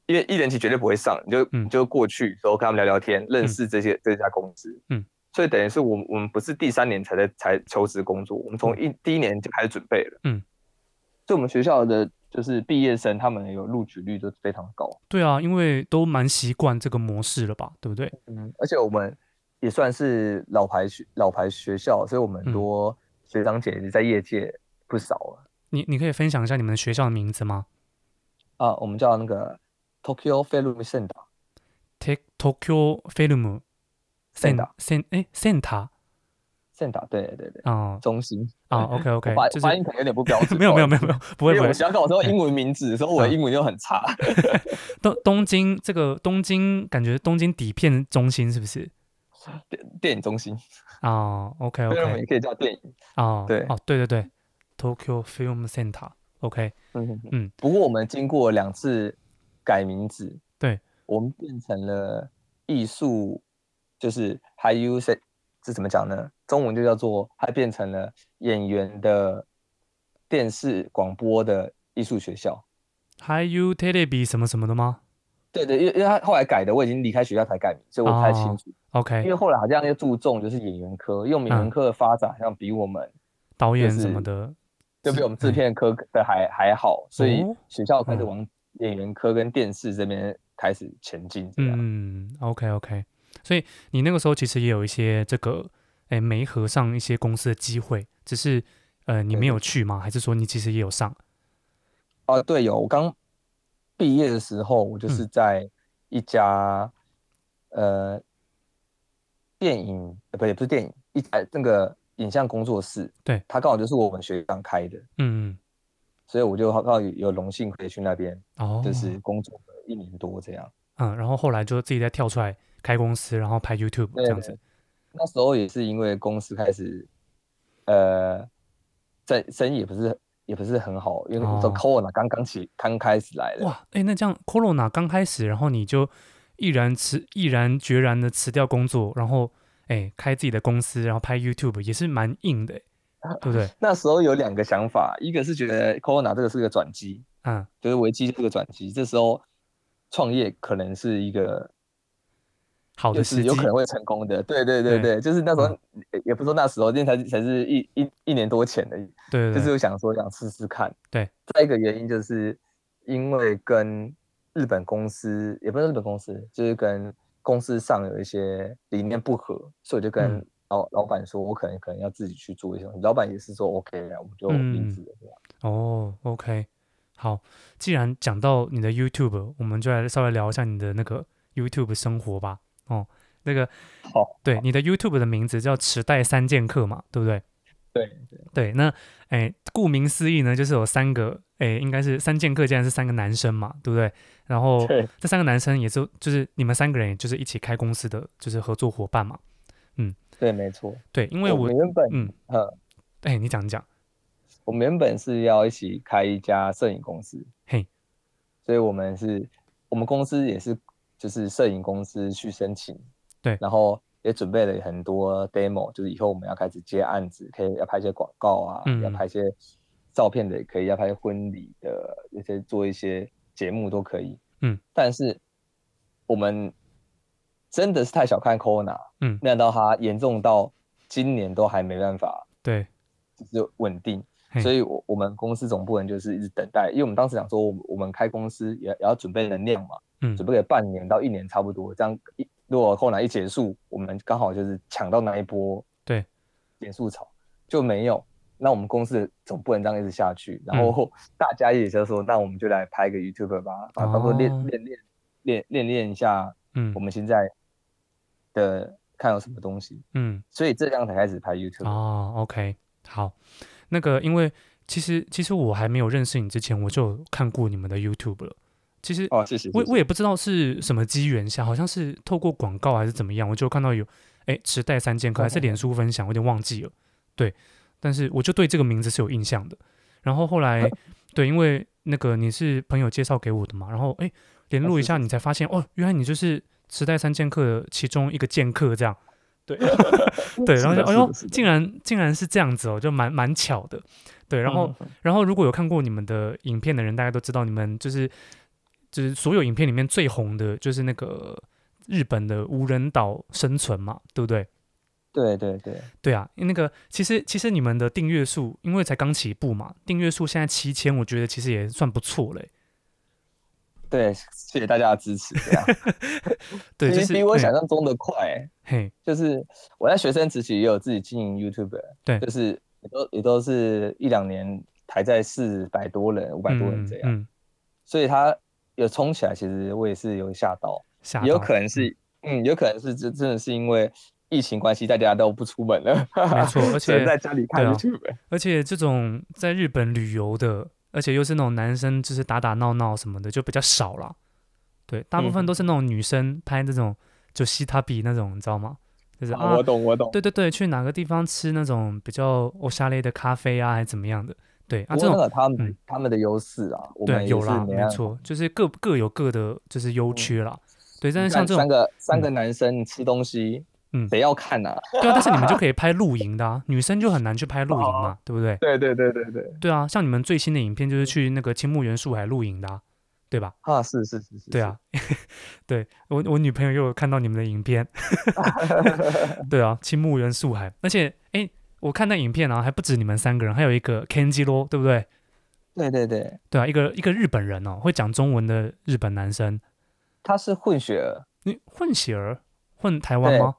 S2: 因为一年级绝对不会上，你就、
S1: 嗯
S2: 你就过去然后跟他们聊聊天，认识这些、这家公司，
S1: 嗯，
S2: 所以等于是我们我们不是第三年才在才求职工作，我们从一、第一年就开始准备了，
S1: 嗯，
S2: 所以我们学校的就是毕业生他们有录取率都非常高，
S1: 对啊，因为都蛮习惯这个模式了吧，对不对？
S2: 嗯，而且我们也算是老牌学老牌学校，所以我们
S1: 嗯
S2: 很多学长姐姐在业界不少了。
S1: 你你可以分享一下你们学校的名字吗
S2: 啊，我们叫那个 Tokyo Film Center，
S1: ？Take Tokyo Film
S2: Center
S1: Cen 哎 Center
S2: Center，对对对，
S1: 啊
S2: 中心。
S1: 啊 OK
S2: 我
S1: OK，
S2: 发
S1: 就是
S2: 发音可能有点不标准，
S1: 没有没有
S2: 不
S1: 没
S2: 好意
S1: 有
S2: 思
S1: 没有，不会不
S2: 因为我
S1: 会
S2: 们。想搞说英文名字的时候，我的英文就很 差。
S1: 东东京这个东京，感觉东京底片中心是不是？
S2: 电电影中心，
S1: 啊，OK，OK、
S2: 所以
S1: o
S2: 我们
S1: k
S2: 也可以叫电影。
S1: OK，啊，
S2: 对
S1: 哦，对对对，Tokyo Film Center，OK，、
S2: 嗯
S1: 嗯
S2: 嗯。不过我们经过两次改名字，
S1: 对，
S2: 我们变成了艺术，就是 High U C，这怎么讲呢？中文就叫做它变成了演员的电视广播的艺术学校。
S1: 还有 t e l e b 什么什么的吗
S2: 对对，因为因为他后来改的，我已经离开学校才改名，所以我不太清
S1: 哦
S2: 楚。因
S1: ？OK，
S2: 为后来好像又注重就是演员科，因为我们演员
S1: 嗯
S2: 科的发展好像比我们
S1: 导演
S2: 是
S1: 什么的，
S2: 就比我们制片科的还还好，所以
S1: 嗯哦
S2: 学校开始
S1: 嗯
S2: 往演员科跟电视这边开始前进。这样，
S1: 嗯，OK OK，所以你那个时候其实也有一些这个，哎，没合上一些公司的机会，只是呃你
S2: 对
S1: 没
S2: 对
S1: 有去吗？还是说你其实也有上？
S2: 哦，对，有我刚毕业的时候，我
S1: 嗯
S2: 就是在一家、呃电影，呃，不对，不是电影，一呃那个影像工作室，
S1: 对
S2: 它刚好就是我们学长开的，
S1: 嗯，
S2: 所以我就刚好有有荣幸可以去那边，
S1: 哦，
S2: 就是工作了一年多这样。
S1: 嗯，然后后来就自己再跳出来开公司，然后拍 YouTube
S2: 对
S1: 这样
S2: 对
S1: 子。
S2: 那时候也是因为公司开始，呃，在生意也不是也不是很好，因为
S1: 哦
S2: 这 Corona 刚刚起刚开始来的，
S1: 哇，哎，那这样 Corona 刚开始，然后你就毅然辞毅然决然的辞掉工作，然后哎开自己的公司，然后拍 YouTube 也是蛮硬的，
S2: 啊
S1: 哎对不对？
S2: 那时候有两个想法，一个是觉得 Corona 这个是个转机，
S1: 嗯，
S2: 就是危机这个转机，这时候创业可能是一个，
S1: 好
S2: 就
S1: 的
S2: 是
S1: 时
S2: 有
S1: 机
S2: 可能会成功的。对对
S1: 对
S2: 对
S1: 嗯
S2: 对，就是那时候，也也不是说那时候，因为才才是一一一年多前的，
S1: 对对
S2: 就
S1: 对，
S2: 是我想说想试试看。
S1: 对，
S2: 再一个原因就是因为跟日本公司，也不是日本公司，就是跟公司上有一些理念不合，所以我就跟
S1: 嗯
S2: 老、老板说，我可能可能要自己去做一些东西。老板也是说 OK 啊，我就离
S1: 嗯
S2: 职了这样。
S1: 哦，OK，好，既然讲到你的 YouTube，我们就来稍微聊一下你的那个 YouTube 生活吧。哦，那个，
S2: 好，
S1: 对，你的 YouTube 的名字叫“池袋三剑客”嘛，对不对？
S2: 对
S1: 对，那哎，顾名思义呢，就是有三个，哎，应该是三剑客，竟然是三个男生嘛，对不对？然后
S2: 对
S1: 这三个男生也就就是你们三个人，也就是一起开公司的，就是合作伙伴嘛。
S2: 对，没错。
S1: 对，因为
S2: 我
S1: 我
S2: 们，原本
S1: 嗯，
S2: 呃，
S1: 哎，你讲你讲，
S2: 我们原本是要一起开一家摄影公司，
S1: 嘿，
S2: 所以我们是，我们公司也是就是摄影公司去申请，
S1: 对
S2: 然后也准备了很多 demo，就是以后我们要开始接案子，可以要拍一些广告啊，
S1: 嗯
S2: 要拍一些照片的也可以，要拍婚礼的，一些做一些节目都可以，
S1: 嗯，
S2: 但是我们真的是太小看 Kona，
S1: 嗯
S2: 没想到它严重到今年都还没办法
S1: 对，
S2: 就是稳定
S1: 嘿。
S2: 所以，我我们公司总不能就是一直等待，因为我们当时想说，我们我们开公司也也要准备能量嘛，
S1: 嗯
S2: 准，备个半年到一年差不多，这样一如果后来一结束，我们刚好就是抢到那一波
S1: 对，
S2: 减速潮，就没有。那我们公司总不能这样一直下去，然
S1: 嗯
S2: 后 大家也就说，那我们就来拍个 YouTube 吧，啊把当做练
S1: 哦
S2: 练练练练练一下
S1: 嗯
S2: 我们现在的看有什么东西，
S1: 嗯。
S2: 所以这样才开始拍 YouTube。
S1: 哦，OK，好，那个因为其实其实我还没有认识你之前，我就有看过你们的 YouTube 了。其实
S2: 哦，谢谢。
S1: 我
S2: 谢谢
S1: 我也不知道是什么机缘下，好像是透过广告还是怎么样，我就看到有哎池袋三
S2: 哦
S1: 剑客还是脸书分享，我有点忘记了。对，但是我就对这个名字是有印象的。然后后
S2: 啊
S1: 来对，因为那个你是朋友介绍给我的嘛，然后哎联
S2: 啊
S1: 络一
S2: 是
S1: 下，
S2: 是
S1: 你才发现哦，原来你就是池袋三剑客的其中一个剑客这样。 对，对，然后就
S2: 是的
S1: 哎呦
S2: 是的是，的
S1: 竟然竟然是这样子哦，就蛮蛮巧的。对，然后、
S2: 嗯
S1: 然后如果有看过你们的影片的人，大家都知道你们就是就是所有影片里面最红的就是那个日本的无人岛生存嘛，对不对？
S2: 对对对，
S1: 对啊，那个其实其实你们的订阅数，因为才刚起步嘛，订阅数现在七千，我觉得其实也算不错嘞。
S2: 对，谢谢大家的支持。这样，
S1: 对，
S2: 其
S1: 就
S2: 实
S1: 是
S2: 比我
S1: 嘿
S2: 想象中的快、欸
S1: 嘿，
S2: 就是我在学生时期也有自己经营 YouTube，
S1: 对
S2: 就是也都也都是一两年还在四百多人、五百多人
S1: 嗯
S2: 这样，
S1: 嗯，
S2: 所以它有冲起来，其实我也是有吓到，
S1: 吓
S2: 也有
S1: 到
S2: 可能是，嗯，有可能是真真的是因为疫情关系，大家都不出门了，
S1: 没 错，而
S2: 只能
S1: 且
S2: 在家里看
S1: 对啊
S2: YouTube，
S1: 而且这种在日本旅游的，而且又是那种男生就是打打闹闹什么的，就比较少啦。对，大
S2: 嗯
S1: 部分都是那种女生拍这种就西塔比那种，你知道吗？就是
S2: 啊
S1: 啊
S2: 我，懂，我懂，
S1: 对对对，去哪个地方吃那种比较欧沙类的咖啡啊，还是怎么样的？对啊，
S2: 不
S1: 这
S2: 过那
S1: 种
S2: 个他们、
S1: 嗯
S2: 他们的优势啊，我们
S1: 对
S2: 也
S1: 有
S2: 是
S1: 啦，
S2: 没
S1: 没
S2: 办法
S1: 错，就是各各有各的就是优缺啦。对，但
S2: 嗯你
S1: 是像
S2: 看
S1: 这种
S2: 三个三
S1: 嗯
S2: 个男生吃东西，
S1: 嗯
S2: 谁要看呐、啊？
S1: 对啊，但是你们就可以拍露营的啊，女生就很难去拍露营
S2: 哦
S1: 嘛，对不对？
S2: 对对对对对，
S1: 对啊，像你们最新的影片就是去那个青木原树海露营的、啊，对吧？
S2: 啊，是是是是，
S1: 对啊， 对我我女朋友又有看到你们的影 片， 对啊，青木原树海，而且诶，我看那影片啊，还不止你们三个人，还有一个 Kenji 咯，对不对？
S2: 是，对对对，
S1: 对啊，一个一个日本人哦，会讲中文的日本男生，
S2: 他是混血儿，
S1: 你混血儿混台湾吗？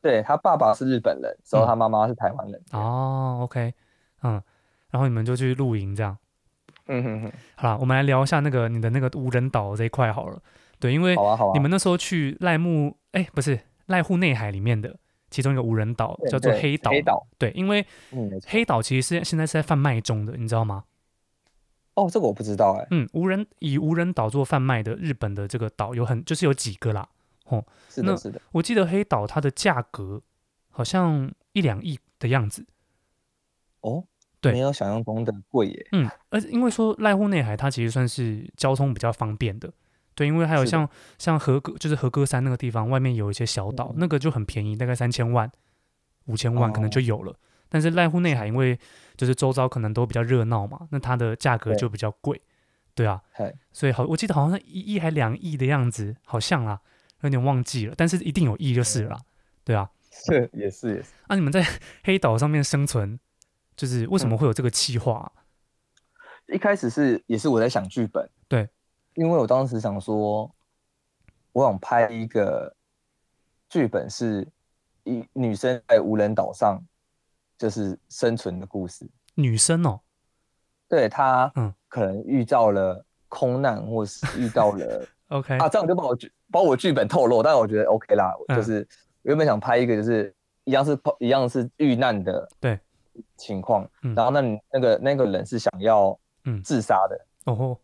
S2: 对他爸爸是日本人，之后
S1: 嗯
S2: 他妈妈是台湾人。
S1: 哦，OK，嗯，然后你们就去露营这样。
S2: 嗯哼哼，
S1: 好啦，我们来聊一下那个你的那个无人岛这一块好了。对，因为
S2: 好啊好啊，
S1: 哎你们那时候去赖木，哎，不是赖户内海里面的其中一个无人岛
S2: 对
S1: 叫做
S2: 对
S1: 黑岛。
S2: 黑岛，
S1: 对，因为
S2: 嗯，没错。
S1: 黑岛其实是现在是在贩卖中的，你知道吗？
S2: 哦，这个我不知道哎、
S1: 嗯，无人以无人岛做贩卖的日本的这个岛有很就是有几个啦。
S2: 是
S1: 那
S2: 的，是的，
S1: 我记得黑岛它的价格好像一两亿的样子。
S2: 哦，
S1: 对
S2: 没有想象中的贵耶。
S1: 嗯，而且因为说濑户内海它其实算是交通比较方便的，对，因为还有
S2: 是的
S1: 像像和歌就是和歌山那个地方，外面有一些小岛，
S2: 嗯
S1: 那个就很便宜，大概三千万、五千万可能就
S2: 哦
S1: 有了。但是濑户内海因为就是周遭可能都比较热闹嘛，那它的价格
S2: 对
S1: 就比较贵，对啊
S2: 嗨，
S1: 所以好，我记得好像一亿还两亿的样子，好像啦，有点忘记了，但是一定有亿就是了
S2: 嗯
S1: 啦， 对啊。
S2: 是，也是，也是。
S1: 啊，你们在黑岛上面生存，就是为什
S2: 嗯
S1: 么会有这个计划啊、
S2: 一开始是也是我在想剧本，
S1: 对，
S2: 因为我当时想说，我想拍一个剧本是一女生在无人岛上就是生存的故事。
S1: 女生哦，
S2: 对她，
S1: 嗯
S2: 可能遇到了空难，或是遇 到了
S1: OK，
S2: 啊，这样就把我剧把我剧本透露，但我觉得 OK 啦，
S1: 哎嗯
S2: 就是原本想拍一个就是一样是一样是遇难的
S1: 对
S2: 情况，
S1: 嗯
S2: 然后那你那个那个人是想要
S1: 嗯
S2: 自杀的，
S1: 哦吼，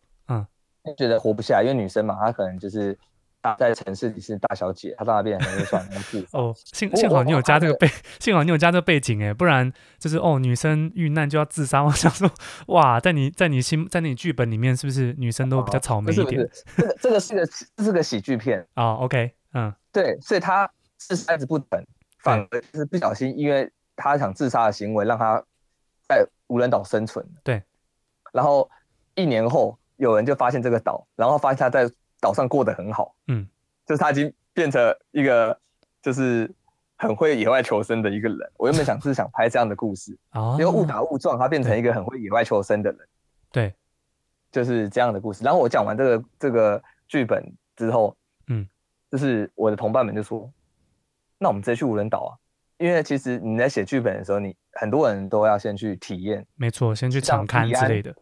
S2: 就觉得活不下来，因为女生嘛，她可能就是她在城市里是大小姐，她到那边可能就 算那自杀。
S1: 哦，幸
S2: 我
S1: 幸好
S2: 我
S1: 你有
S2: 我
S1: 加
S2: 看
S1: 这个
S2: 了
S1: 背，幸好你有加这个背景哎，不然就是哦，女生遇难就要自杀。我 想说，哇，在你在你心在你剧本里面是不是女生都比较草
S2: 哦不
S1: 莓
S2: 是
S1: 一
S2: 不
S1: 点
S2: 是，这个这个是个这是个喜剧片，
S1: 啊、o k 嗯，
S2: 对，所以她自杀一直不等，反而是不小心，因为她想自杀的行为，让她在无人岛生存。
S1: 对，
S2: 然后一年后，有人就发现这个岛，然后发现她在岛上过得很好，
S1: 嗯，
S2: 就是她已经变成一个就是很会野外求生的一个人。我原本想是想拍这样的故事，
S1: 啊，
S2: 结果误打误撞，她变成一个很会野外求生的人，
S1: 对，
S2: 就是这样的故事。然后我讲完这个这个剧本之后，
S1: 嗯，
S2: 就是我的同伴们就说，那我们直接去无人岛啊，因为其实你在写剧本的时候，你很多人都要先去体验。
S1: 没错，先去场
S2: 像
S1: 刊
S2: 李
S1: 之
S2: 安
S1: 类的，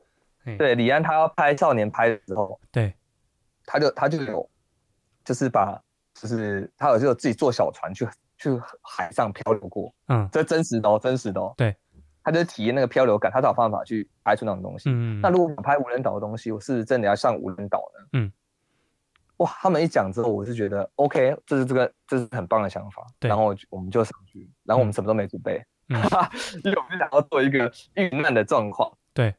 S1: 嘿，
S2: 对，李安他要拍少年拍的时候，
S1: 对，
S2: 他就他就有，就是把就是他有就有自己坐小船去去海上漂流过，
S1: 嗯
S2: 这真实的哦，真实的哦。
S1: 对，
S2: 他就体验那个漂流感，他找办法去拍出那种东西。
S1: 嗯，
S2: 那
S1: 嗯
S2: 如果我拍无人岛的东西，我是不是真的要上无人岛呢？
S1: 嗯，
S2: 哇，他们一讲之后，我是觉得 OK，这是这个这是很棒的想法。
S1: 对
S2: 然后我就我们就上去，然后我们什么都没准备，
S1: 嗯
S2: 因为我们想要做一个遇难的状况。
S1: 对，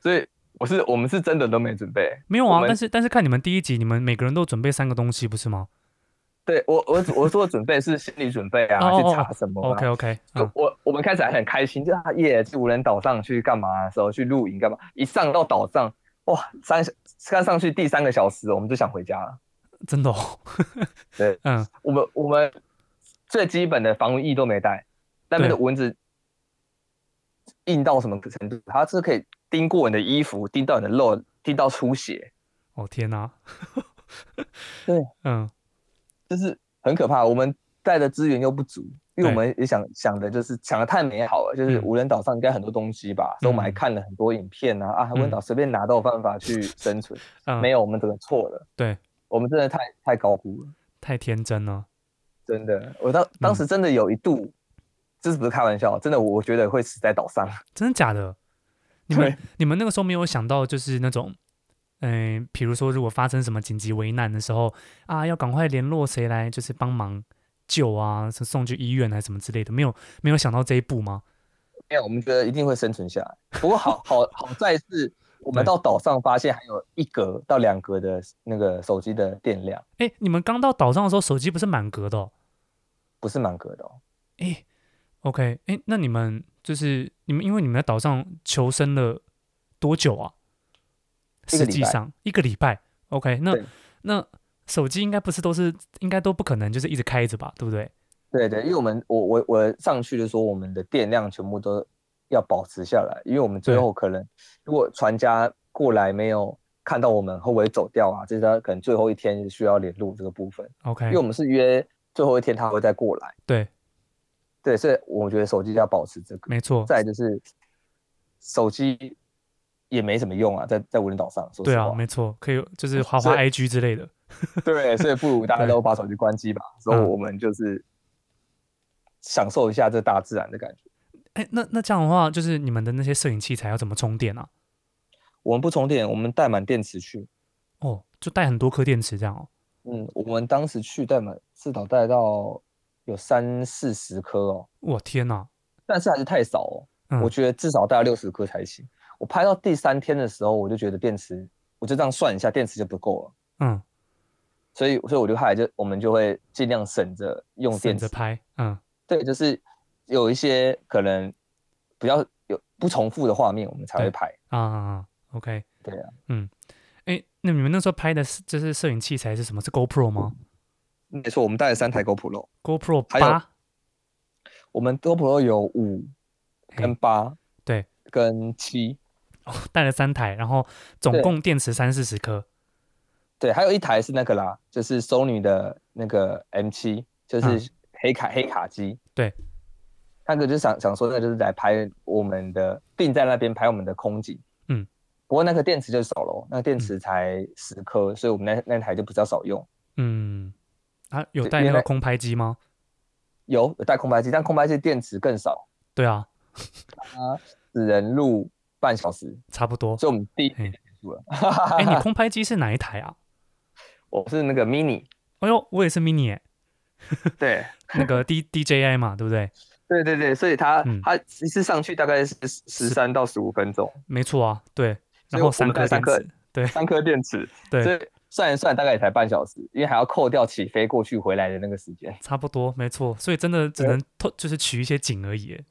S2: 所以我是我们是真的都没准备。
S1: 没有
S2: 我
S1: 啊，
S2: 们
S1: 但是但是看你们第一集，你们每个人都准备三个东西，不是吗
S2: 对我我我说的准备是心理准备啊，
S1: 哦哦哦
S2: 去查什么、啊。
S1: ？OK OK，嗯，
S2: 我我们开始还很开心，就啊耶，去无人岛上去干嘛的时候去露营干嘛？一上到岛上，哇，三看上去第三个小时，我们就想回家了。
S1: 真的哦，
S2: 对，
S1: 嗯，
S2: 我们我们最基本的防蚊液都没带，那边的蚊子硬到什么程度？它是可以叮过你的衣服，叮到你的肉，叮到出血，
S1: 哦天哪，
S2: 对，
S1: 嗯
S2: 就是很可怕。我们带的资源又不足，因为我们也想想的就是想的太美好了，就是
S1: 嗯
S2: 无人岛上应该很多东西吧，所以我们还看了很多影片啊，啊，无人岛随便拿都有办法去生存。
S1: 嗯，
S2: 没
S1: 有，
S2: 有，我们整个错了，
S1: 对，
S2: 我们真的太太高估了。
S1: 太天真了，
S2: 真的，
S1: 嗯
S2: 我当当时真的有一度，这是不是开玩笑？真的，我觉得会死在岛上。
S1: 真的假的？你们你们那个时候没有想到，就是那种，嗯、比如说如果发生什么紧急危难的时候啊，要赶快联络谁来，就是帮忙救啊，是送去医院还是什么之类的，没有没有想到这一步吗？
S2: 没有，我们觉得一定会生存下来。不过好好好在是，我们
S1: 对
S2: 到岛上发现还有一格到两格的那个手机的电量，
S1: 哎，你们刚到岛上的时候，手机不是满格的、哦，
S2: 不不是满格的、哦。
S1: 哎，OK，哎，那你们就是你们，因为你们在岛上求生了多久啊？
S2: 一个
S1: 实
S2: 礼
S1: 际
S2: 拜
S1: 上一个礼拜。OK，那
S2: 对
S1: 那手机应该不是都是，应该都不可能就是一直开着吧，对不对？
S2: 对对，因为我们我我我上去的时候，我们的电量全部都要保持下来，因为我们最
S1: 对
S2: 后可能如果船家过来没有看到我们，会不会走掉啊？这是他可能最后一天需要联络这个部分，
S1: OK，
S2: 因为我们是约最后一天他会再过来。
S1: 对，
S2: 对，所以我觉得手机要保持这个。
S1: 没错，
S2: 再来就是手机也没什么用啊，在在无人岛上，说
S1: 对
S2: 实
S1: 啊，
S2: 话，
S1: 没错，可以就是滑
S2: 哦所
S1: 滑
S2: 以
S1: IG 之类的。
S2: 对，所以不如大家
S1: 对
S2: 都把手机关机吧，所以
S1: 嗯
S2: 我们就是享受一下这大自然的感觉。
S1: 哎，那那这样的话，就是你们的那些摄影器材要怎么充电啊？
S2: 我们不充电，我们带满电池去。
S1: 哦，就带很多颗电池这样哦。
S2: 嗯，我们当时去带满，至少带到有三四十颗哦，
S1: 我天哪！
S2: 但是还是太少哦。
S1: 嗯
S2: 我觉得至少带六十颗才行。我拍到第三天的时候，我就觉得电池，我就这样算一下，电池就不够了。
S1: 嗯，
S2: 所以，所以我就后来就我们就会尽量省着用
S1: 省
S2: 电
S1: 着
S2: 池。
S1: 拍，嗯
S2: 对，就是有一些可能比较有不重复的画面，我们才
S1: 对
S2: 会拍。
S1: 啊啊啊，OK，
S2: 对啊，
S1: 嗯，哎，那你们那时候拍的是就是摄影器材是什么？是 GoPro 吗
S2: 没错，我们带了三台 GoPro，
S1: ？GoPro
S2: 还有
S1: 八，
S2: 我们 GoPro 有五跟
S1: 嘿
S2: 八，
S1: 对，
S2: 跟七，
S1: 哦，带了三台，然后总
S2: 对
S1: 共电池三四十颗。
S2: 对，还有一台是那个啦，就是 Sony 的那个 M 七，就是黑卡、黑卡机。
S1: 嗯对，
S2: 那个就想想说，那个就是来拍我们的，并在那边拍我们的空景。
S1: 嗯，
S2: 不过那个电池就少了哦，那个电池才十颗，所以我们那那台就比较少用。
S1: 嗯，啊，有
S2: 对
S1: 带
S2: 因
S1: 那
S2: 为
S1: 个
S2: 那
S1: 空拍机吗？
S2: 有有带空白机，但空白机电池更少，
S1: 对啊，
S2: 只能录半小时，
S1: 差不多。
S2: 所以我们第一
S1: 嘿
S2: 天就结束了。
S1: 哎，你空拍机是哪一台啊？
S2: 我是那个 mini，
S1: 哎呦，我也是 mini，耶
S2: 对。
S1: 那个 D DJI 嘛，对不对？
S2: 对对对，所以它、
S1: 嗯
S2: 它一次上去大概是十三到十五分钟，
S1: 没错啊，对。
S2: 所
S1: 然
S2: 以
S1: 后
S2: 我
S1: 三
S2: 们
S1: 颗
S2: 带
S1: 电
S2: 三颗
S1: 池，对
S2: 三颗电池，所
S1: 对，
S2: 以算一算大概也才半小时，因为还要扣掉起飞过去回来的那个时间，
S1: 差不多，没错。所以真的只
S2: 对
S1: 能透，就是取一些景而已耶。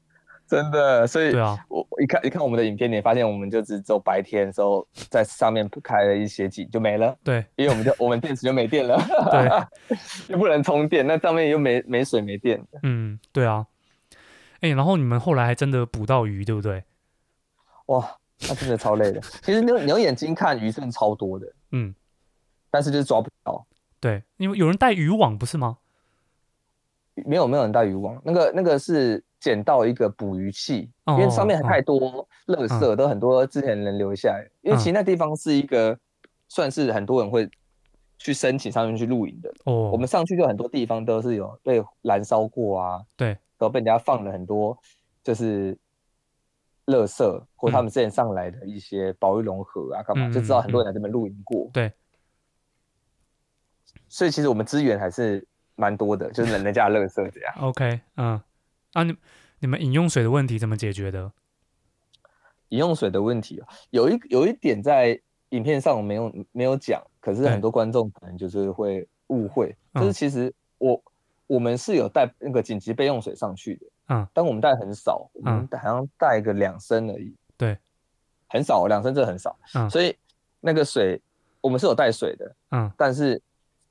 S2: 真的。所以
S1: 对啊，
S2: 我我一看一看我们的影片，你也发现我们就只走白天的时候在上面开了一些景就没了，
S1: 对
S2: 因为我们就我们电池就没电了，
S1: 对，
S2: 又不能充电，那上面又没没水没电。
S1: 嗯，对啊。哎、然后你们后来还真的捕到鱼，对不对？
S2: 哇，那真的超累的。其实你用你用眼睛看鱼真的超多的，
S1: 嗯，
S2: 但是就是抓不到。
S1: 对，因为有人带渔网不是吗？
S2: 没有没有人带渔网，那个那个是捡到一个捕鱼器，
S1: 哦
S2: 因为上面
S1: 哦嗯
S2: 太多垃圾，都很多之前人留下来。因为其实那地方是一个算是很多人会去申请上面去露营的。
S1: 哦，
S2: 我们上去就很多地方都是有被燃烧过啊，
S1: 对，
S2: 都被人家放了很多就是垃圾，或他们之前上来的一些保育融合啊，干嘛、
S1: 嗯
S2: 就知道很多人来这边露营过。
S1: 对，
S2: 所以其实我们资源还是蛮多的，就是人人家的垃圾这样。
S1: OK，嗯，啊，你你们饮用水的问题怎么解决的？
S2: 饮用水的问题啊，有一有一点在影片上我没有没有讲，可是
S1: 对
S2: 很多观众可能就是会误会，
S1: 嗯
S2: 就是其实我我们是有带那个紧急备用水上去的，
S1: 嗯，
S2: 但我们带很少，我们
S1: 嗯
S2: 好像带个两升而已，
S1: 对，
S2: 很少，两升真的很少，
S1: 嗯
S2: 所以那个水我们是有带水的，
S1: 嗯
S2: 但是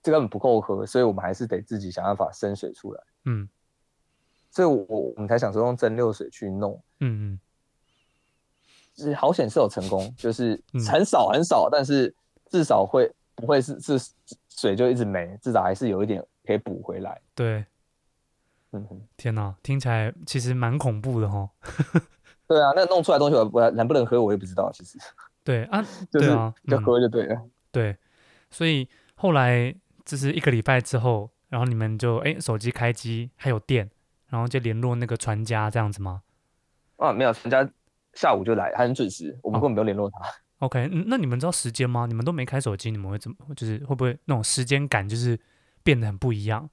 S2: 这根本不够喝，所以我们还是得自己想办法生水出来，
S1: 嗯
S2: 所以我我们才想说用蒸馏水去弄，
S1: 嗯嗯，
S2: 是好险是有成功，就是
S1: 嗯
S2: 很少很少，但是至少会不会是是水就一直没，至少还是有一点可以补回来。
S1: 对，
S2: 嗯哼，
S1: 天哪，听起来其实蛮恐怖的哦。
S2: 对啊，那弄出来的东西我我能不能喝我也不知道，其实
S1: 对啊，
S2: 就是
S1: 对啊，
S2: 就
S1: 嗯
S2: 喝就对了。
S1: 对，所以后来就是一个礼拜之后，然后你们就哎手机开机还有电，然后就联络那个船家这样子吗
S2: 啊，没有，人家下午就来，他很准时，
S1: 哦
S2: 我们根本没有联络他。
S1: ？OK，嗯那你们知道时间吗？你们都没开手机，你们会怎么？就是会不会那种时间感就是变得很不一样？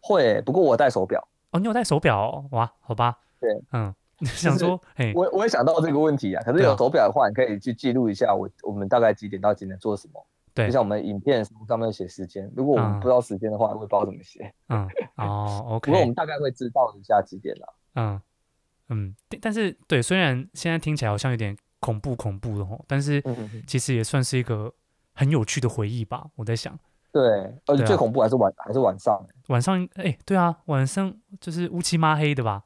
S2: 会，不过我戴手表，
S1: 哦，你有戴手表、哦、哇？好吧，
S2: 对，
S1: 嗯，想
S2: 是
S1: 说哎，
S2: 我我也想到这个问题啊。可是
S1: 对啊
S2: 有手表的话，你可以去记录一下我我们大概几点到几点做什么。
S1: 对
S2: 就像我们影片上面写时间，如果我们
S1: 嗯
S2: 不知道时间的话，我也不知道怎么写。
S1: 嗯， 哦
S2: 不过我
S1: ，OK，
S2: 们大概会知道一下几点啦。
S1: 嗯嗯，但但是对，虽然现在听起来好像有点恐怖恐怖的吼，但是
S2: 嗯嗯嗯
S1: 其实也算是一个很有趣的回忆吧。我在想，
S2: 对，而且
S1: 对啊
S2: 最恐怖还是晚还是晚上。
S1: 晚上，哎，对啊，晚上就是乌漆嘛黑的吧？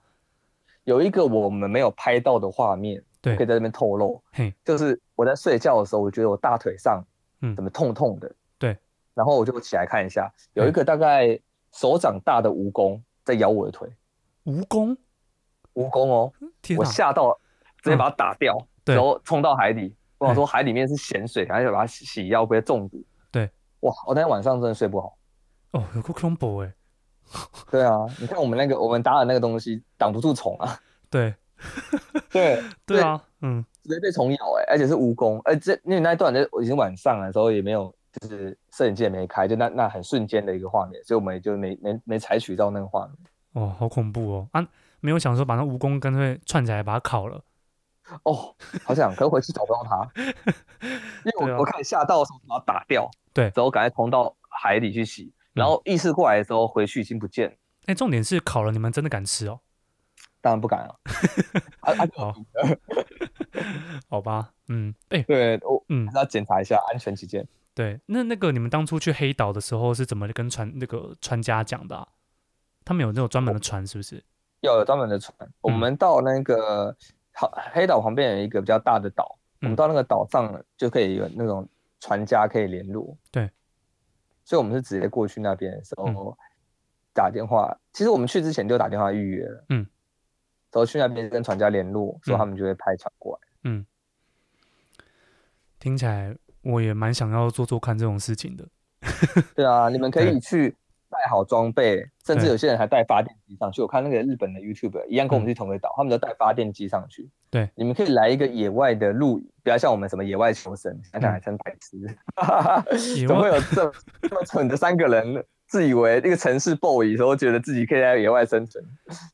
S2: 有一个我们没有拍到的画面，
S1: 对
S2: 可以在这边透露，
S1: 嘿，
S2: 就是我在睡觉的时候，我觉得我大腿上
S1: 嗯
S2: 怎么痛痛的，
S1: 对，
S2: 然后我就起来看一下，有一个大概手掌大的蜈蚣在咬我的腿，
S1: 蜈蚣，
S2: 蜈蚣哦，
S1: 天
S2: 我
S1: 哪，嗯
S2: 吓到，直接把它打掉，
S1: 对
S2: 然后冲到海底。我想说海里面是咸水，然后就把它洗洗掉，不会中毒。
S1: 对，
S2: 哇，我那天晚上真的睡不好。
S1: 哦，有个 combo 哎，
S2: 对啊，你看我们那个我们搭的那个东西挡不住虫啊，
S1: 对
S2: 对，
S1: 对
S2: 对
S1: 啊，嗯
S2: 直接被虫咬哎、而且是蜈蚣，哎、这因为那一段我已经晚上的时候也没有，就是摄影机也没开，就那那很瞬间的一个画面，所以我们也就没没没采取到那个画面。
S1: 哦，好恐怖哦啊！没有想说把那蜈蚣干脆串起来把它烤了。
S2: 哦，好想，可是回去找不到它， 因为我、
S1: 对啊
S2: 我看吓到的时候把它打掉，
S1: 对嗯
S2: 然后赶快冲到海里去洗，然后意识过来的时候回去已经不见了，
S1: 哎，重点是烤了，你们真的敢吃哦？
S2: 当然 不敢了。啊啊，
S1: 好，好吧，嗯，哎，
S2: 对我
S1: 嗯
S2: 还，是要检查一下安全起见。
S1: 对，那那个你们当初去黑岛的时候是怎么跟船那个船家讲的、啊？他们有那种专门的船是不是？
S2: 要有专门的船。
S1: 嗯
S2: 我们到那个好黑岛旁边有一个比较大的岛，我
S1: 嗯
S2: 们到那个岛上就可以有那种船家可以联络。
S1: 对，嗯
S2: 所以我们是直接过去那边的时候打电话。其实我们去之前就打电话预约了。
S1: 嗯，
S2: 然后去那边跟船家联络，说
S1: 嗯
S2: 他们就会派船过来。
S1: 听起来我也蛮想要做做看这种事情的。
S2: 对啊，你们可
S1: 对
S2: 以去。带好装备，甚至
S1: 对嗯
S2: 有些人还带发电机上去。我看那个日本的 YouTube 一样跟我们去同一个岛，他们都带发电机上去。你们可以来一个野外的露营，不要像我们什么野外求生，想想还真白痴，
S1: 嗯 野
S2: 怎么
S1: 外
S2: 会有这这么蠢的三个人？自以为一个城市 boy 的时候，觉得自己可以在野外生存，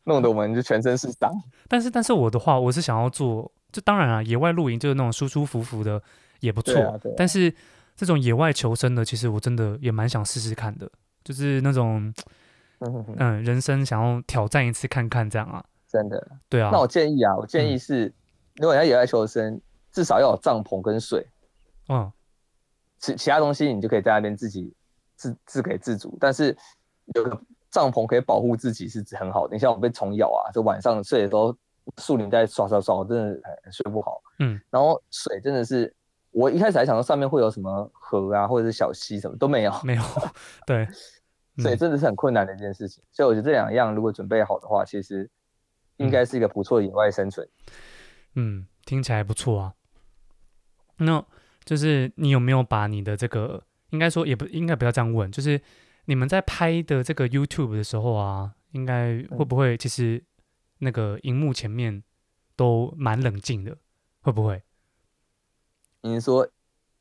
S2: 弄得我们就全身是伤。
S1: 但是但是我的话，我是想要做，就当然啊，野外露营就是那种舒舒服服的也不
S2: 对
S1: 错，
S2: 啊对啊
S1: 但是这种野外求生的，其实我真的也蛮想试试看的，就是那种
S2: 嗯
S1: 嗯，人生想要挑战一次看看这样啊。
S2: 真的。
S1: 对啊嗯
S2: 那，我建议啊，我建议是，如果你在野外求生，至少要有帐篷跟水，
S1: 嗯
S2: 其其他东西你就可以在那边自己自自给自足。但是有个帐篷可以保护自己是很好的。你像我被虫咬啊，就晚上睡的时候树林在刷刷刷，我真的很睡不好。
S1: 嗯，
S2: 然后水真的是，我一开始还想说上面会有什么河啊，或者是小溪什么都没有，
S1: 没有， 对，
S2: 所以
S1: 嗯
S2: 真的是很困难的一件事情。所以我觉得这两样如果准备好的话，其实应该是一个不错的野外生存。
S1: 嗯，听起来不错啊。那就是你有没有把你的这个，应该说也不应该不要这样问，就是你们在拍的这个 YouTube 的时候啊，应该
S2: 嗯
S1: 会不会其实那个荧幕前面都蛮冷静的，会不会？
S2: 你是说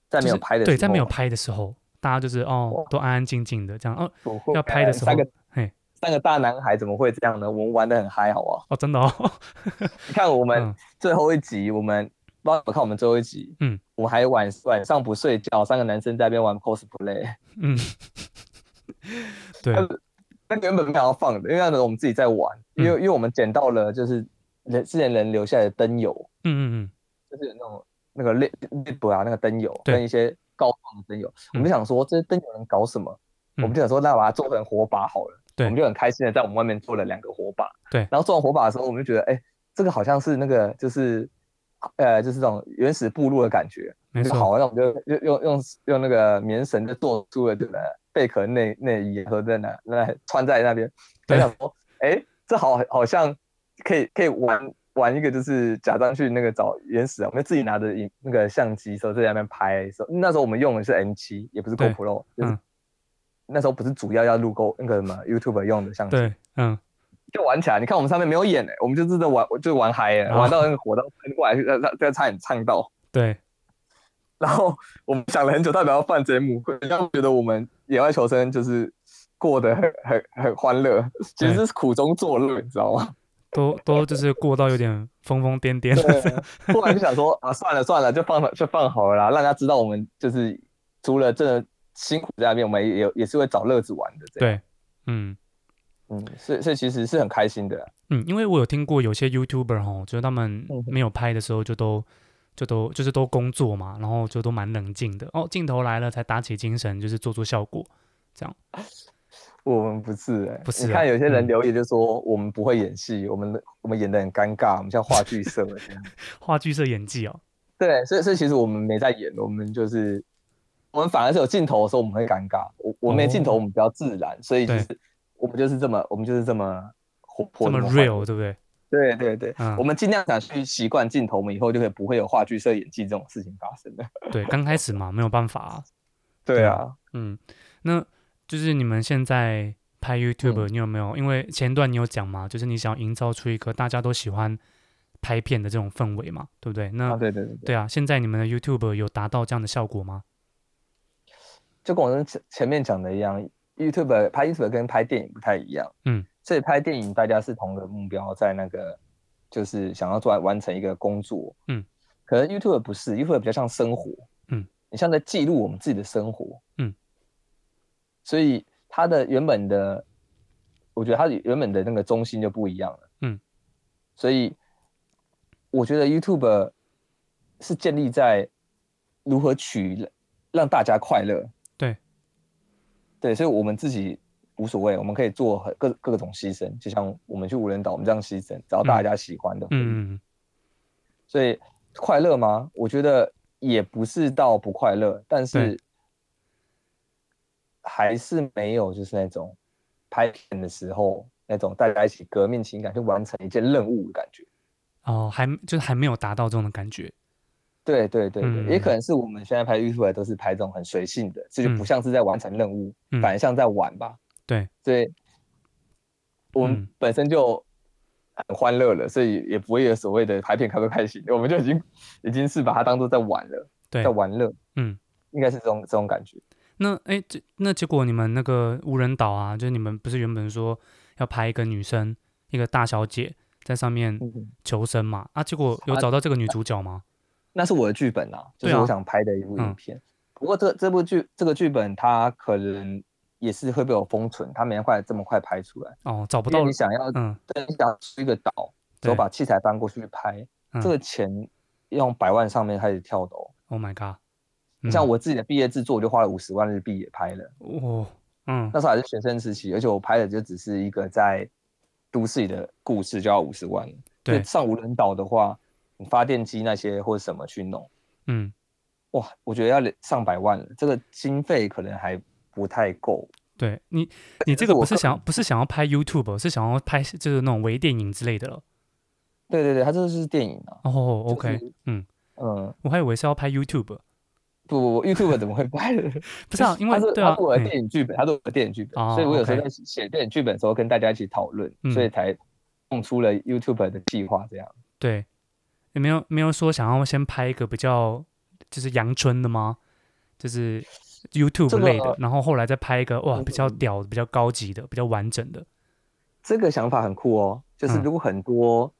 S2: 在没有
S1: 就是
S2: 拍的时候
S1: 对，
S2: 吗，
S1: 在没有拍的时候，大家就是哦
S2: 哇
S1: 都安安静静的这样哦，
S2: 不会呃
S1: 要拍的时候
S2: 三个
S1: 嘿
S2: 三个大男孩怎么会这样呢？我们玩的很嗨，好不好？
S1: 哦真的哦，
S2: 你看我们
S1: 嗯
S2: 最后一集，我们不知道有没有看我们最后一集，
S1: 嗯，
S2: 我还晚晚上不睡觉，三个男生在那边玩 cosplay，
S1: 嗯， 对，
S2: 那个原本没有要放的，因为那时候我们自己在玩，因为、
S1: 嗯
S2: 因为我们捡到了就是人之前人留下来的灯油，
S1: 嗯嗯
S2: 就是有那种那个 lip lip 啊，那个灯油
S1: 对
S2: 跟一些高矿的灯油，我们就想说这些灯油能搞什么？
S1: 嗯
S2: 我们就想说那把它做成火把好了，
S1: 对
S2: 我们就很开心的在我们外面做了两个火把，
S1: 对
S2: 然后做完火把的时候，我们就觉得哎、这个好像是那个就是呃就是这种原始部落的感觉，
S1: 嗯，没
S2: 就
S1: 错，
S2: 好，那我们就用用用用那个棉绳就做出了这个贝壳内内衣和在那那穿在那边，
S1: 对
S2: 就想说，哎，这好好像可以可以玩玩一个，就是假装去那个找原始啊，我们自己拿着影那个相机时候在那边拍的时候，那时候我们用的是 M 七，也不是
S1: 对
S2: GoPro，就是、
S1: 嗯
S2: 那时候不是主要要录 Go 那个什么 YouTube 用的相机，
S1: 对，嗯，
S2: 就玩起来，你看我们上面没有演哎、我们就真的玩就玩嗨了、
S1: 哦
S2: 玩到那个火都喷过来，就差差差点呛到。
S1: 对，
S2: 然后我们想了很久，代表要办节目，会让觉得我们野外求生就是过得很很很欢乐，其实是苦中作乐，你知道吗？
S1: 都都就是过到有点疯疯癫癫，
S2: 对。后来就想说啊，算了算了，就放就放好了啦，让大家知道我们就是除了真的辛苦在那边，我们也有也是会找乐子玩的。，
S1: 对，嗯
S2: 嗯，所以所以其实是很开心的。啊
S1: 嗯，因为我有听过有些 YouTuber 哦，就是他们
S2: 嗯
S1: 没有拍的时候就都就都就是都工作嘛，然后就都蛮冷静的哦，镜头来了才打起精神，就是做做效果。
S2: 我们不是、欸，
S1: 不是
S2: 你
S1: 啊
S2: 看有些人
S1: 嗯
S2: 留言就说我们不会演戏，我们我们演的很尴尬，我们像话剧社这样。
S1: 话剧社演技哦，
S2: 对，所以所以其实我们没在演，我们就是我们反而是有镜头的时候我们会尴尬，我我没镜头
S1: 哦
S2: 我们比较自然，所以就
S1: 对
S2: 是我们就是这么我们就是这么活泼
S1: 这么
S2: 这么活
S1: real 对不对？
S2: 对对对，
S1: 嗯
S2: 我们尽量想去习惯镜头，我们以后就可以不会有话剧社演技这种事情发生的。
S1: 对，刚开始嘛，没有办法啊、
S2: 对啊，
S1: 嗯，那就是你们现在
S2: 嗯
S1: 拍 YouTube，、你有没有？因为前段你有讲嘛，就是你想要营造出一个大家都喜欢拍片的这种氛围嘛，对不对？那、
S2: 啊对对对对，
S1: 对啊，现在你们的 YouTube 有达到这样的效果吗？
S2: 就跟我们前前面讲的一样，YouTube 拍 YouTube 跟拍电影不太一样，
S1: 嗯，
S2: 所以拍电影大家是同个目标，在那个就是想要做完成一个工作，
S1: 嗯，
S2: 可能 YouTube 不是，YouTube 比较像生活，
S1: 嗯，
S2: 你像在记录我们自己的生活，
S1: 嗯，
S2: 所以它的原本的，我觉得它原本的那个中心就不一样了，
S1: 嗯，
S2: 所以我觉得 YouTube 是建立在如何取让大家快乐。对，所以我们自己无所谓，我们可以做很各各种牺牲，就像我们去无人岛，我们这样牺牲，只要大家喜欢的。，
S1: 嗯，
S2: 所以快乐吗？我觉得也不是到不快乐，但是
S1: 对
S2: 还是没有就是那种拍片的时候那种大家一起革命情感去完成一件任务的感觉。
S1: 哦，还就是还没有达到这种的感觉。
S2: 对对对对，也
S1: 嗯
S2: 可能是我们现在拍 YouTube 都是拍这种很随性的，这就不
S1: 嗯
S2: 像是在完成任务，
S1: 嗯
S2: 反而像在玩吧。
S1: 对，
S2: 所以我们
S1: 嗯
S2: 本身就很欢乐了，所以也不会有所谓的拍片开不开心，我们就已经已经是把它当做在玩了，
S1: 对
S2: 在，玩乐，
S1: 嗯。
S2: 应该是这种这种感觉。
S1: 那哎，这那结果你们那个无人岛啊，就是你们不是原本说要拍一个女生，一个大小姐在上面
S2: 嗯，
S1: 求生嘛？啊，结果有找到这个女主角吗？
S2: 那是我的剧本啊，就
S1: 对啊
S2: 是我想拍的一部
S1: 嗯
S2: 影片。不过这这部剧这个剧本它可能也是会被我封存，它没快这么快拍出来，
S1: 哦，找不
S2: 因
S1: 到
S2: 为你，想要
S1: 嗯，
S2: 对，你想出一个岛，只
S1: 对
S2: 有把器材搬过去拍，
S1: 嗯
S2: 这个钱用百万上面开始跳的哦。
S1: Oh my god！
S2: 你像
S1: 嗯
S2: 我自己的毕业制作，我就花了五十万日币也拍了。
S1: 哦，嗯
S2: 那时候还是学生时期，而且我拍的就只是一个在都市里的故事，就要五十万了。
S1: 对
S2: 就上无人岛的话，你发电机那些或者什么去弄，
S1: 嗯，
S2: 哇，我觉得要上百万了，这个经费可能还不太够。
S1: 对你你这
S2: 是
S1: 个不
S2: 我
S1: 是
S2: 个
S1: 想
S2: 人
S1: 不是想要拍 YouTube，是想要拍就是那种微电影之类的了。
S2: 对对对，它这个是电影啊，
S1: 哦，OK，
S2: 就是
S1: 嗯，
S2: 嗯，
S1: 我还以为是要拍 YouTube，
S2: 不不不，YouTube 怎么会拍的？
S1: 不是啊，因为
S2: 它是
S1: 对
S2: 它
S1: 啊
S2: 是，我
S1: 嗯
S2: 的电影剧本，它是我的电影剧本，
S1: 哦
S2: 所以我有时候
S1: OK
S2: 在写电影剧本的时候跟大家一起讨论，
S1: 嗯
S2: 所以才弄出了 YouTube 的计划这样。
S1: 对，你没有没有说想要先拍一个比较就是阳春的吗？就是 YouTube
S2: 这
S1: 类的，
S2: 个
S1: 然后后来再拍一个哇比较
S2: 嗯
S1: 屌的、比较高级的、比较完整的。
S2: 这个想法很酷哦，就是
S1: 嗯
S2: 如果很多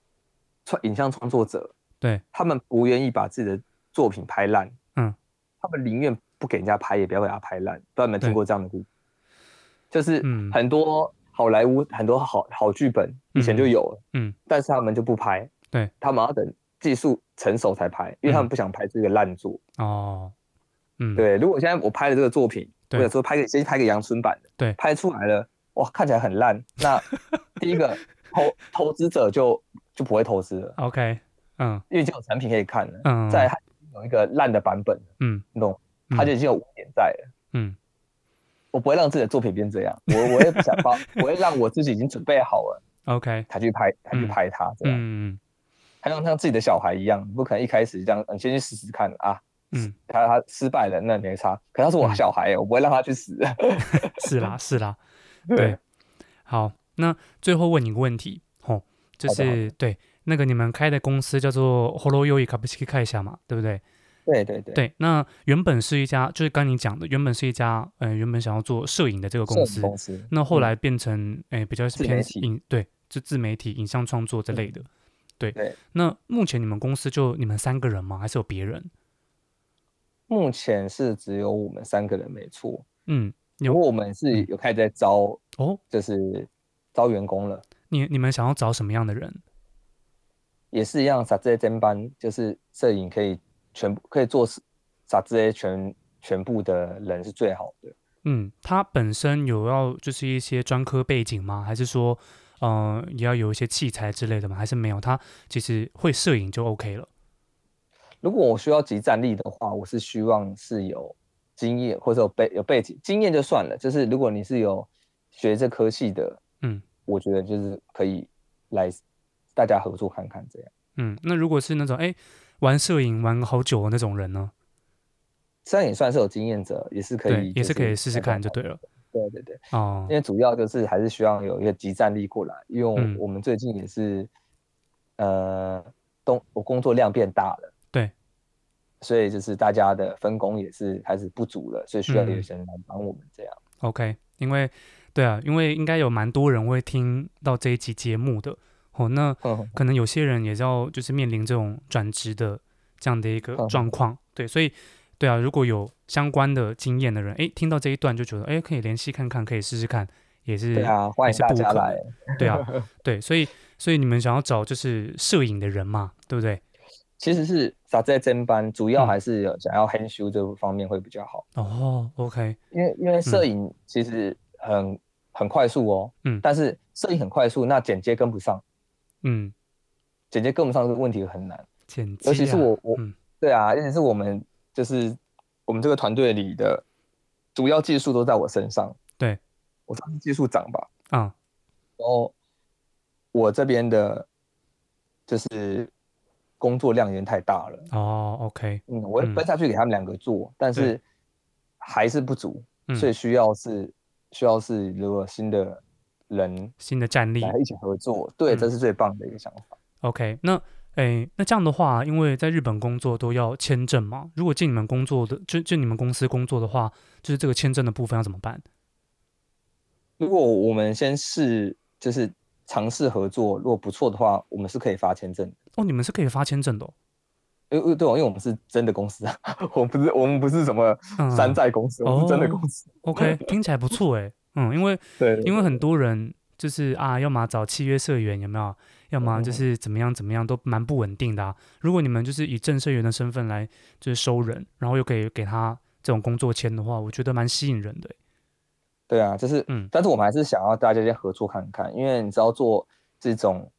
S2: 创影像创作者，
S1: 对，
S2: 他们不愿意把自己的作品拍烂，
S1: 嗯，
S2: 他们宁愿不给人家拍，也不要给他拍烂。不知道你们
S1: 对
S2: 听过这样的故事，就是
S1: 嗯
S2: 很多好莱坞很多好好剧本以前就有了，
S1: 嗯，
S2: 但是他们就不拍，
S1: 对，
S2: 他们要等技术成熟才拍，因为他们
S1: 嗯
S2: 不想拍出一个烂作。
S1: 哦，嗯，
S2: 对，如果现在我拍了这个作品，
S1: 对
S2: 我有时候拍个先拍个阳春版的，
S1: 对
S2: 拍出来了，哇，看起来很烂。 那第一个投投资者就就不会投资了，
S1: ，OK，嗯
S2: 因为已经有产品可以看了。
S1: 嗯，
S2: 再来，它有一个烂的版本，
S1: 嗯
S2: 你懂？
S1: 嗯
S2: 它就已经有污点在了。
S1: 嗯
S2: 我不会让自己的作品变这样，我我也不想帮，我会让我自己已经准备好了
S1: ，OK，
S2: 才去拍，才去
S1: 嗯
S2: 拍它这样。
S1: 嗯嗯
S2: 还像像自己的小孩一样，你不可能一开始这样，嗯你先去试试看啊。
S1: 嗯，
S2: 他他失败了，那没差。可他是我
S1: 嗯
S2: 小孩欸耶，我不会让他去死。
S1: 是
S2: 嗯
S1: 啦是啦，对，好，那最后问你个问题，吼，就
S2: 好的好
S1: 是对那个你们开的公司叫做 Hello Yoi k a b u s h i 看一下嘛，对不对？
S2: 对对对。
S1: 对，那原本是一家，就是刚你讲的，原本是一家，呃，原本想要做摄影的这个
S2: 摄
S1: 公
S2: 影
S1: 司，
S2: 公司，
S1: 那后
S2: 嗯
S1: 来变成，哎、比较是
S2: 自
S1: 偏
S2: 媒
S1: 是
S2: 体嗯
S1: 影，对，就自媒体、影像创作之类的。对，
S2: 对
S1: 那目前你们公司就你们三个人吗？还是有别人？
S2: 目前是只有我们三个人没错，
S1: 嗯，
S2: 不
S1: 有
S2: 过我们
S1: 嗯
S2: 是有开始在招，
S1: 哦，
S2: 就是招员工了，
S1: 你你们想要找什么样的人？
S2: 也是一样，傻子兼班，就是摄影可以全部可以做傻子全全部的人是最好的。
S1: 嗯，他本身有要就是一些专科背景吗？还是说，呃，也要有一些器材之类的吗？还是没有？他其实会摄影就 OK 了。
S2: 如果我需要集战力的话，我是希望是有经验或者有背有背景，经验就算了。就是如果你是有学这科系的，
S1: 嗯
S2: 我觉得就是可以来大家合作看看这样。
S1: 嗯，那如果是那种哎玩摄影玩好久的那种人呢？
S2: 虽然也算是有经验者，也是可
S1: 对
S2: 以，，
S1: 也是可以试试看就对。了。
S2: 对对对，
S1: 哦
S2: 因，为主要就是还是需要有一个集战力过来，因为我,、
S1: 嗯
S2: 我们最近也是，呃，东我工作量变大了，
S1: 对，
S2: 所以就是大家的分工也是开始不足了，所以需
S1: 嗯
S2: 要有些人来帮我们这样。
S1: OK，因为对啊，因为应该有蛮多人会听到这一集节目的哦。那
S2: 嗯
S1: 可能有些人也要就是面临这种转职的这样的一个
S2: 嗯
S1: 状况，对，所以对啊，如果有相关的经验的人，诶，听到这一段就觉得诶，可以联系看看，可以试试看，也是
S2: 对啊，欢
S1: 也
S2: 迎
S1: 是
S2: 大
S1: 不
S2: 家
S1: 可
S2: 来。
S1: 能，对 啊，对，所以所以你们想要找就是摄影的人嘛，对不对？
S2: 其实是傻在真班，主要
S1: 嗯
S2: 还是有想要 hand shoe 这方面会比较好，
S1: 哦，OK，
S2: 因为因为摄影其实很、很快速哦，
S1: 嗯
S2: 但是摄影很快速，那剪接跟不上，
S1: 嗯，
S2: 剪接跟不上这个问题很难。
S1: 剪辑、啊，
S2: 尤其是我我
S1: 嗯
S2: 对啊，尤其是我们就是我们这个团队里的主要技术都在我身上。
S1: 对，
S2: 我算是技术长吧。
S1: 啊，
S2: 然后我这边的，就是工作量有点太大了。
S1: 哦，OK，
S2: 嗯，我会
S1: 嗯
S2: 分下去给他们两个做，但是还是不足，
S1: 嗯，
S2: 所以需要是需要是如果新的人
S1: 新的战力，
S2: 来一起合作，对，
S1: 嗯
S2: 这是最棒的一个想法。
S1: OK，那诶，那这样的话，因为在日本工作都要签证嘛，如果进你们工作的，就就你们公司工作的话，就是这个签证的部分要怎么办？
S2: 如果我们先试，就是尝试合作，如果不错的话，我们是可以发签证的。
S1: 哦，你们是可以发签证的、哦，
S2: 因为对哦，因为我们是真的公司啊， 我们不是我们不是什么
S1: 嗯，
S2: 山寨公司，我们是真的公司。
S1: OK，听起来不错诶，嗯，因为
S2: 对，
S1: 哦因为很多人就是啊，要么找契约社员有没有，要么就
S2: 嗯
S1: 是怎么样怎么样，都蛮不稳定的、啊。如果你们就是以正社员的身份来就是收人，然后又给给他这种工作签的话，我觉得蛮吸引人的诶。
S2: 对啊，就是
S1: 嗯
S2: 但是我们还是想要大家先合作看看，因为你知道做这种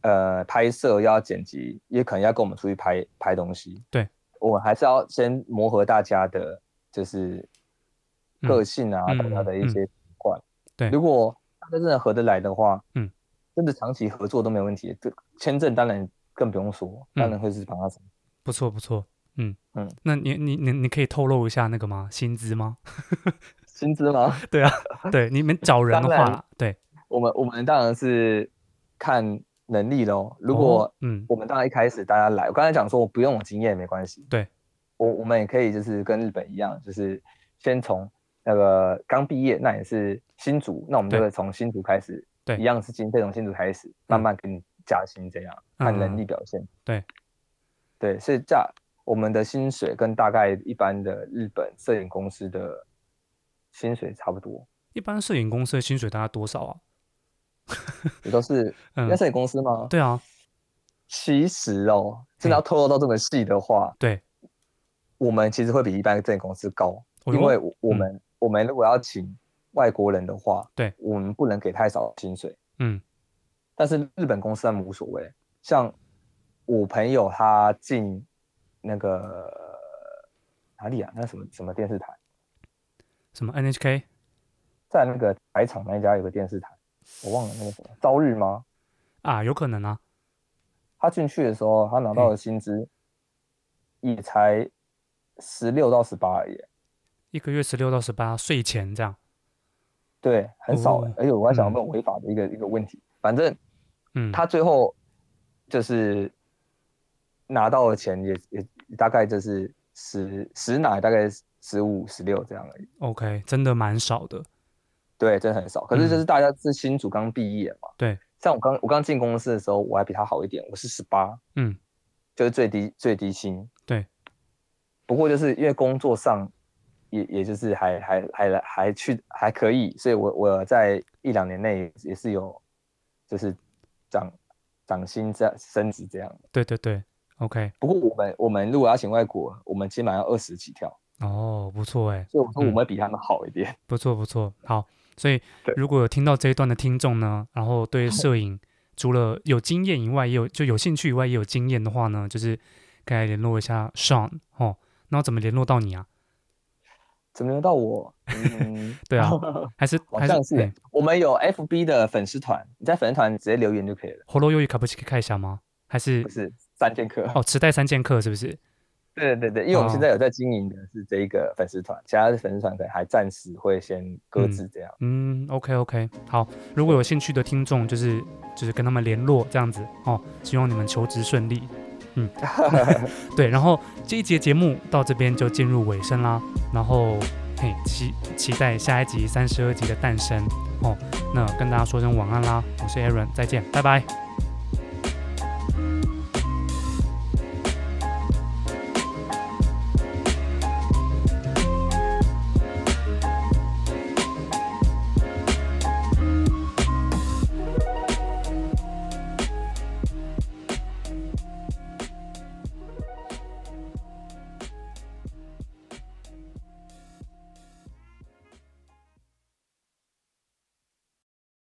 S2: 呃拍摄要剪辑，也可能要跟我们出去拍拍东西。
S1: 对，
S2: 我们还是要先磨合大家的，就是
S1: 嗯
S2: 个性啊，
S1: 嗯
S2: 大家的一
S1: 嗯
S2: 些习惯。
S1: 对
S2: 如果大家真的合得来的话，
S1: 嗯，
S2: 真的长期合作都没问题。这签证当然更不用说，
S1: 嗯
S2: 当然会是帮他成。
S1: 不错不错，嗯
S2: 嗯，
S1: 那你你你你可以透露一下那个吗？薪资吗？
S2: 薪资吗？
S1: 对啊，对，你们找人的
S2: 当
S1: 话
S2: 然
S1: 啦，对，
S2: 我们我们当然是看能力喽。如
S1: 哦
S2: 果、
S1: 嗯
S2: 我们当然一开始大家来，我刚才讲说我不用有经验也没关系，
S1: 对
S2: 我我们也可以就是跟日本一样，就是先从那个刚毕业，那也是新竹，那我们就
S1: 对
S2: 会从新竹开始，
S1: 对
S2: 一样是经费从新竹开始，慢慢给你加薪这样，看能力
S1: 嗯
S2: 表现，
S1: 对
S2: 对，所以价我们的薪水跟大概一般的日本摄影公司的薪水差不多，
S1: 一般摄影公司的薪水大概多少啊？
S2: 也都是
S1: 嗯
S2: 那，摄影公司吗？
S1: 对啊，
S2: 其实哦，真的
S1: 嘿
S2: 要透露到这么细的话，
S1: 对，
S2: 我们其实会比一般的证券公司高，
S1: 哦
S2: 因
S1: 哟
S2: 为我我们、我们如果要请外国人的话，
S1: 对
S2: 我们不能给太少薪水，
S1: 嗯
S2: 但是日本公司他们无所谓。像我朋友他进那个哪里啊？那什么什么电视台，
S1: 什么 NHK
S2: 在那个台场那一家有个电视台，我忘了那个什么朝日吗？
S1: 啊，有可能啊，
S2: 他进去的时候，他拿到的薪资也才十六到十八而已。
S1: 一个月十六到十八税前这样，
S2: 对，很少欸、
S1: 哦
S2: 而且我还想
S1: 嗯
S2: 问违法的一个、一个问题，反正
S1: 嗯，
S2: 他最后就是拿到的钱也也大概就是十十拿大概十五十六这样而已，
S1: OK 真的蛮少的，
S2: 对，真的很少。可是就
S1: 嗯
S2: 是大家是新组刚毕业嘛，
S1: 对，
S2: 像我刚我刚进公司的时候，我还比他好一点，我是十八，
S1: 嗯
S2: 就是最低最低薪，
S1: 对，
S2: 不过就是因为工作上也也就是还还还来还去还可以，所以我我在一两年内也是有就是涨涨薪这样升职这样。
S1: 对对对，OK，
S2: 不过我们我们如果要请外国，我们起码要二十起跳，
S1: 哦，不错哎，
S2: 所以我说我们会比他们好一点。
S1: 不错不错，好。所以
S2: 对嗯
S1: 如果有听到这一段的听众呢，然后对摄影除了有经验以外，也有就有兴趣以外，也有经验的话呢，就是可以联络一下 Sean 哦。那我怎么联络到你啊？
S2: 怎么轮到我？嗯，
S1: 对啊，还是
S2: 好
S1: 还
S2: 像
S1: 是
S2: 是
S1: 哎
S2: 欸，我们有 FB 的粉丝团，你在粉丝团直接留言就可以了，
S1: h o l o y o y k a b u c h i 看一下吗？还是
S2: 不是三剑客。
S1: 哦，池哦袋三剑客是不是？
S2: 对对对，因为我们现在有在经营的是这一个粉丝团，其他的粉丝团可能还暂时会先搁置这样。
S1: 嗯，OK OK，好，如果有兴趣的听众，就是就是跟他们联络这样子哦，希望你们求职顺利。嗯，对，然后这一节节目到这边就进入尾声啦，然后嘿期期待下一集三十二集的诞生哦，那跟大家说声晚安啦，我是 Aaron，再见，拜拜。